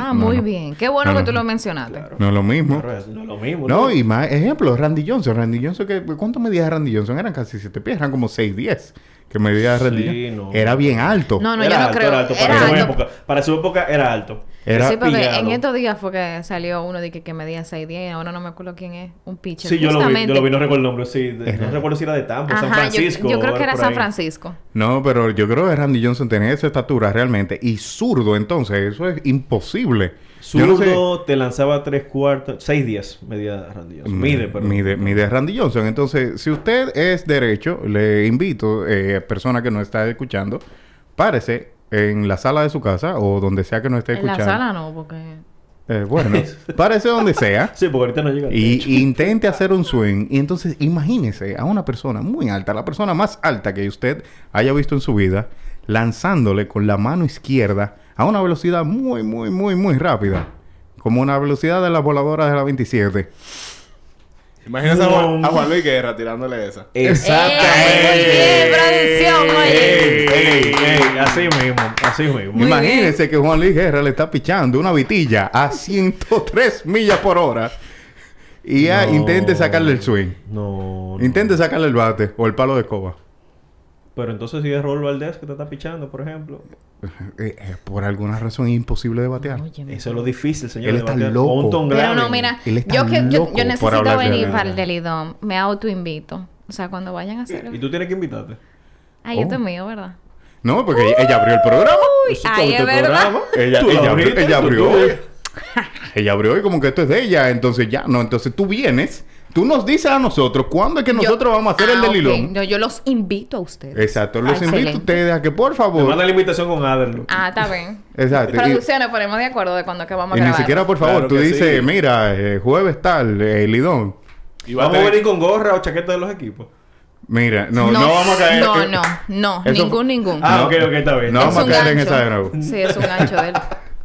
C: ah, no,
A: muy
C: no.
A: bien. Qué bueno
C: No,
A: que
C: no.
A: tú lo mencionaste.
B: Claro.
C: No es lo mismo.
B: Claro, es- no es lo mismo.
C: No, y más ejemplo, Randy Johnson. Randy Johnson, que, ¿cuánto medía Randy Johnson? Eran casi 7 pies, eran como 6, 10. Que medía Randy
B: Sí,
C: Johnson.
B: no.
C: Era bien alto.
A: No, no,
B: Era
A: yo no
B: alto,
A: creo.
B: Era alto. Para,
A: Era
B: su
A: alto.
B: Época, para su época era alto.
C: Era
A: sí, porque
B: pillado.
A: en estos días fue que salió uno de que, que medía 6'10, ahora no me acuerdo quién es, un pitcher.
B: Sí, yo lo vi, yo
A: justamente.
B: lo vi, no recuerdo el nombre. Sí, de- no recuerdo si era de Tampa,
A: Ajá,
B: San
A: yo-
B: Francisco.
A: Yo, creo que era
B: por
A: San
B: ahí.
A: Francisco.
C: No, pero yo creo que Randy Johnson tenía esa estatura realmente. Y zurdo, entonces, eso es imposible. Yo no
B: Zurdo
C: sé-
B: te lanzaba tres cuartos, seis días, media Randy Johnson.
C: Mm,
B: Mide, perdón.
C: Mide, mide Randy Johnson. Entonces, si usted es derecho, le invito, eh, persona que no está escuchando, párese en la sala de su casa o donde sea que no esté
A: En la
C: escuchando.
A: sala no, porque...
C: Eh, bueno, párese donde sea.
B: Sí, porque ahorita no llega. al
C: Y
B: techo.
C: y intente hacer un swing. Y entonces imagínese a una persona muy alta, la persona más alta que usted haya visto en su vida, lanzándole con la mano izquierda a una velocidad muy, muy, muy, muy rápida. Como una velocidad de las voladoras de la 27.
E: Imagínate a, Juan,
B: No.
E: a Juan Luis Guerra tirándole esa.
A: ¡Ey!
B: Exactamente.
A: producción, oye!
B: Ey, ey, ey, así mismo, así mismo.
A: Muy
C: Imagínese que Juan Luis Guerra le está pichando una vitilla a 103 millas por hora. Y ya
B: No.
C: intente sacarle el swing.
B: No, no.
C: Intente sacarle el bate o el palo de escoba.
B: Pero entonces si es Rol Valdés que te está pichando, por ejemplo.
C: Eh, eh, por alguna razón es imposible de batear.
A: Óyeme.
B: Eso es lo difícil, señor.
C: Él
B: de
C: está
B: batear.
C: loco.
B: Ponton
A: Pero no,
B: Glavin.
A: mira,
C: Él está
A: yo, que, yo,
C: loco
A: yo
C: por
A: necesito
C: hablar de
A: venir
C: la
A: para el
C: verdad.
A: Delidom. Me autoinvito. O sea, cuando vayan a hacer...
B: Y tú tienes que invitarte.
A: Ay, yo
C: Oh.
A: te mío, ¿verdad?
C: No, porque ella- ella abrió el programa.
A: Uy,
B: Eso
A: ay,
B: todo
A: es
B: este
A: verdad.
B: programa.
C: Ella,
B: Tú lo
C: ella,
B: abriste,
C: ella
B: tú-
C: abrió.
B: tú-
C: Ella abrió y como que esto es de ella. Entonces ya, no. Entonces tú vienes, tú nos dices a nosotros cuándo es que nosotros
A: Yo-
C: vamos a hacer
A: Ah,
C: el del
A: ok.
C: hilón.
A: Yo, yo los invito a ustedes.
C: Exacto. Los
A: Ah,
C: invito a
A: excelente.
C: ustedes a que por
B: Te manda
C: favor.
B: la invitación con Aderlo.
A: Ah, está bien.
C: Exacto. Y,
A: Producciones, ponemos de acuerdo de cuándo es que vamos a
C: y ni
A: grabar.
C: siquiera por favor,
B: Claro
C: tú
B: que
C: dices,
B: sí.
C: mira, eh, jueves tal, eh, Lidón.
E: Y va
B: Vamos a
E: tener-
B: venir con gorra o chaqueta de los equipos.
C: Mira, no, no, vamos a caer.
A: No,
C: eh,
A: no, no.
C: Eso-
A: ningún, ningún.
B: Ah, ok, ok, está bien.
C: No
A: Es
C: vamos a
A: un
C: caer en
A: gancho.
C: esa de nuevo.
A: Sí, es un gancho de él.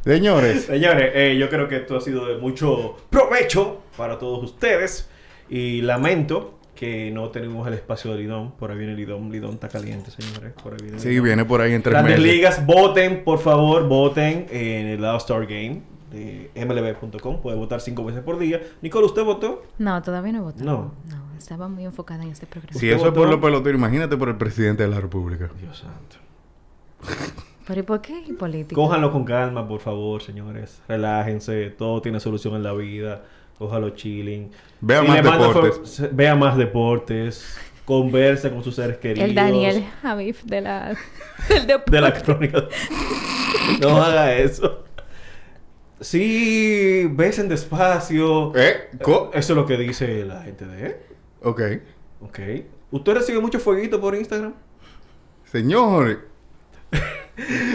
C: Señores,
B: Señores, eh, yo creo que esto ha sido de mucho provecho para todos ustedes. Y lamento que no tenemos el espacio de Lidón. Por ahí viene Lidón. Lidón está caliente, señores. Por ahí viene
C: Sí,
B: Lidón.
C: viene por ahí en tres
B: Grandes
C: meses.
B: Ligas, voten, por favor, voten en el All Star Game de mlb.com. Puede votar cinco veces por día. Nicole, ¿usted votó?
A: No, todavía no he votado.
B: No.
A: No, estaba muy enfocada en este programa.
C: Si
B: ¿Usted
C: eso es por
B: votó?
C: los peloteros, imagínate por el presidente de la República.
B: Dios santo.
A: ¿Pero y por qué político?
B: Cójanlo con calma, por favor, señores. Relájense. Todo tiene solución en la vida. Cójalo chilling.
C: Vea
B: le
C: más
B: manda
C: deportes.
B: fa- se- Vea más deportes. Converse con sus seres queridos.
A: El Daniel Javif de la... del deporte.
B: De la crónica. no haga eso. Sí, besen despacio.
C: ¿Eh? Co-
B: Eso es lo que dice la gente de él.
C: ok.
B: Ok. ¿Usted recibe mucho fueguito por Instagram?
C: Señor,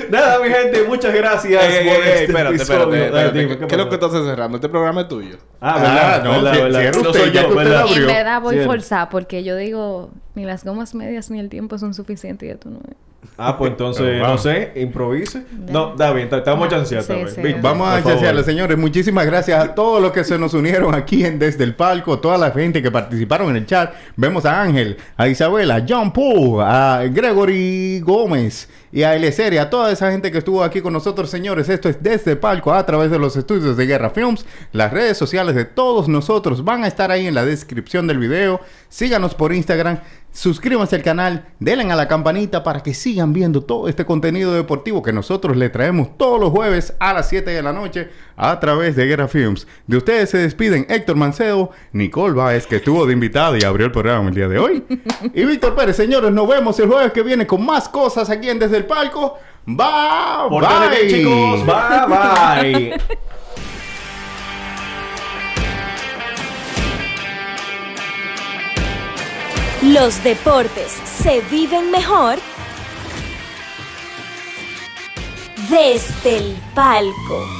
B: Nada, mi gente, muchas gracias.
E: Ey, ey,
B: por
E: ey,
B: este
E: Eh, espérate,
B: episodio.
E: espérate, espérate.
B: Ay, dime,
E: ¿Qué es lo que
B: pasó?
E: estás cerrando? Este programa es tuyo.
B: Ah,
C: Ah,
B: verdad,
C: no,
B: verdad,
C: si-
B: verdad.
C: cierre
B: No
C: usted,
B: soy
C: ya que
B: yo,
C: usted
B: verdad.
C: abrió.
A: En verdad voy
B: Cierre.
A: forzada porque yo digo, ni las gomas medias ni el tiempo son suficientes y ya tú no ves.
B: Ah, pues entonces,
C: Pero,
B: no
C: wow.
B: sé, improvise. No, está bien, está- estamos
A: Ah,
B: chanceando.
A: sí,
B: también.
A: sí.
B: Vic,
C: vamos a
B: por favor.
C: chasearle, señores. Muchísimas gracias a todos los que se nos unieron aquí en Desde el Palco, toda la gente que participaron en el chat. Vemos a Ángel, a Isabela, a John Poo, a Gregory Gómez y a Elecer y a toda esa gente que estuvo aquí con nosotros, señores. Esto es Desde el Palco a través de los estudios de Guerra Films. Las redes sociales de todos nosotros van a estar ahí en la descripción del video. Síganos por Instagram. Suscríbanse al canal, denle a la campanita para que sigan viendo todo este contenido deportivo que nosotros le traemos todos los jueves a las 7 de la noche a través de Guerra Films. De ustedes se despiden Héctor Manceo, Nicole Báez, que estuvo de invitada y abrió el programa el día de hoy, y Víctor Pérez. Señores, nos vemos el jueves que viene con más cosas aquí en Desde el Palco. Bye,
B: Pórtense
C: bye.
B: bien, chicos. Bye, bye.
D: Los deportes se viven mejor desde el palco.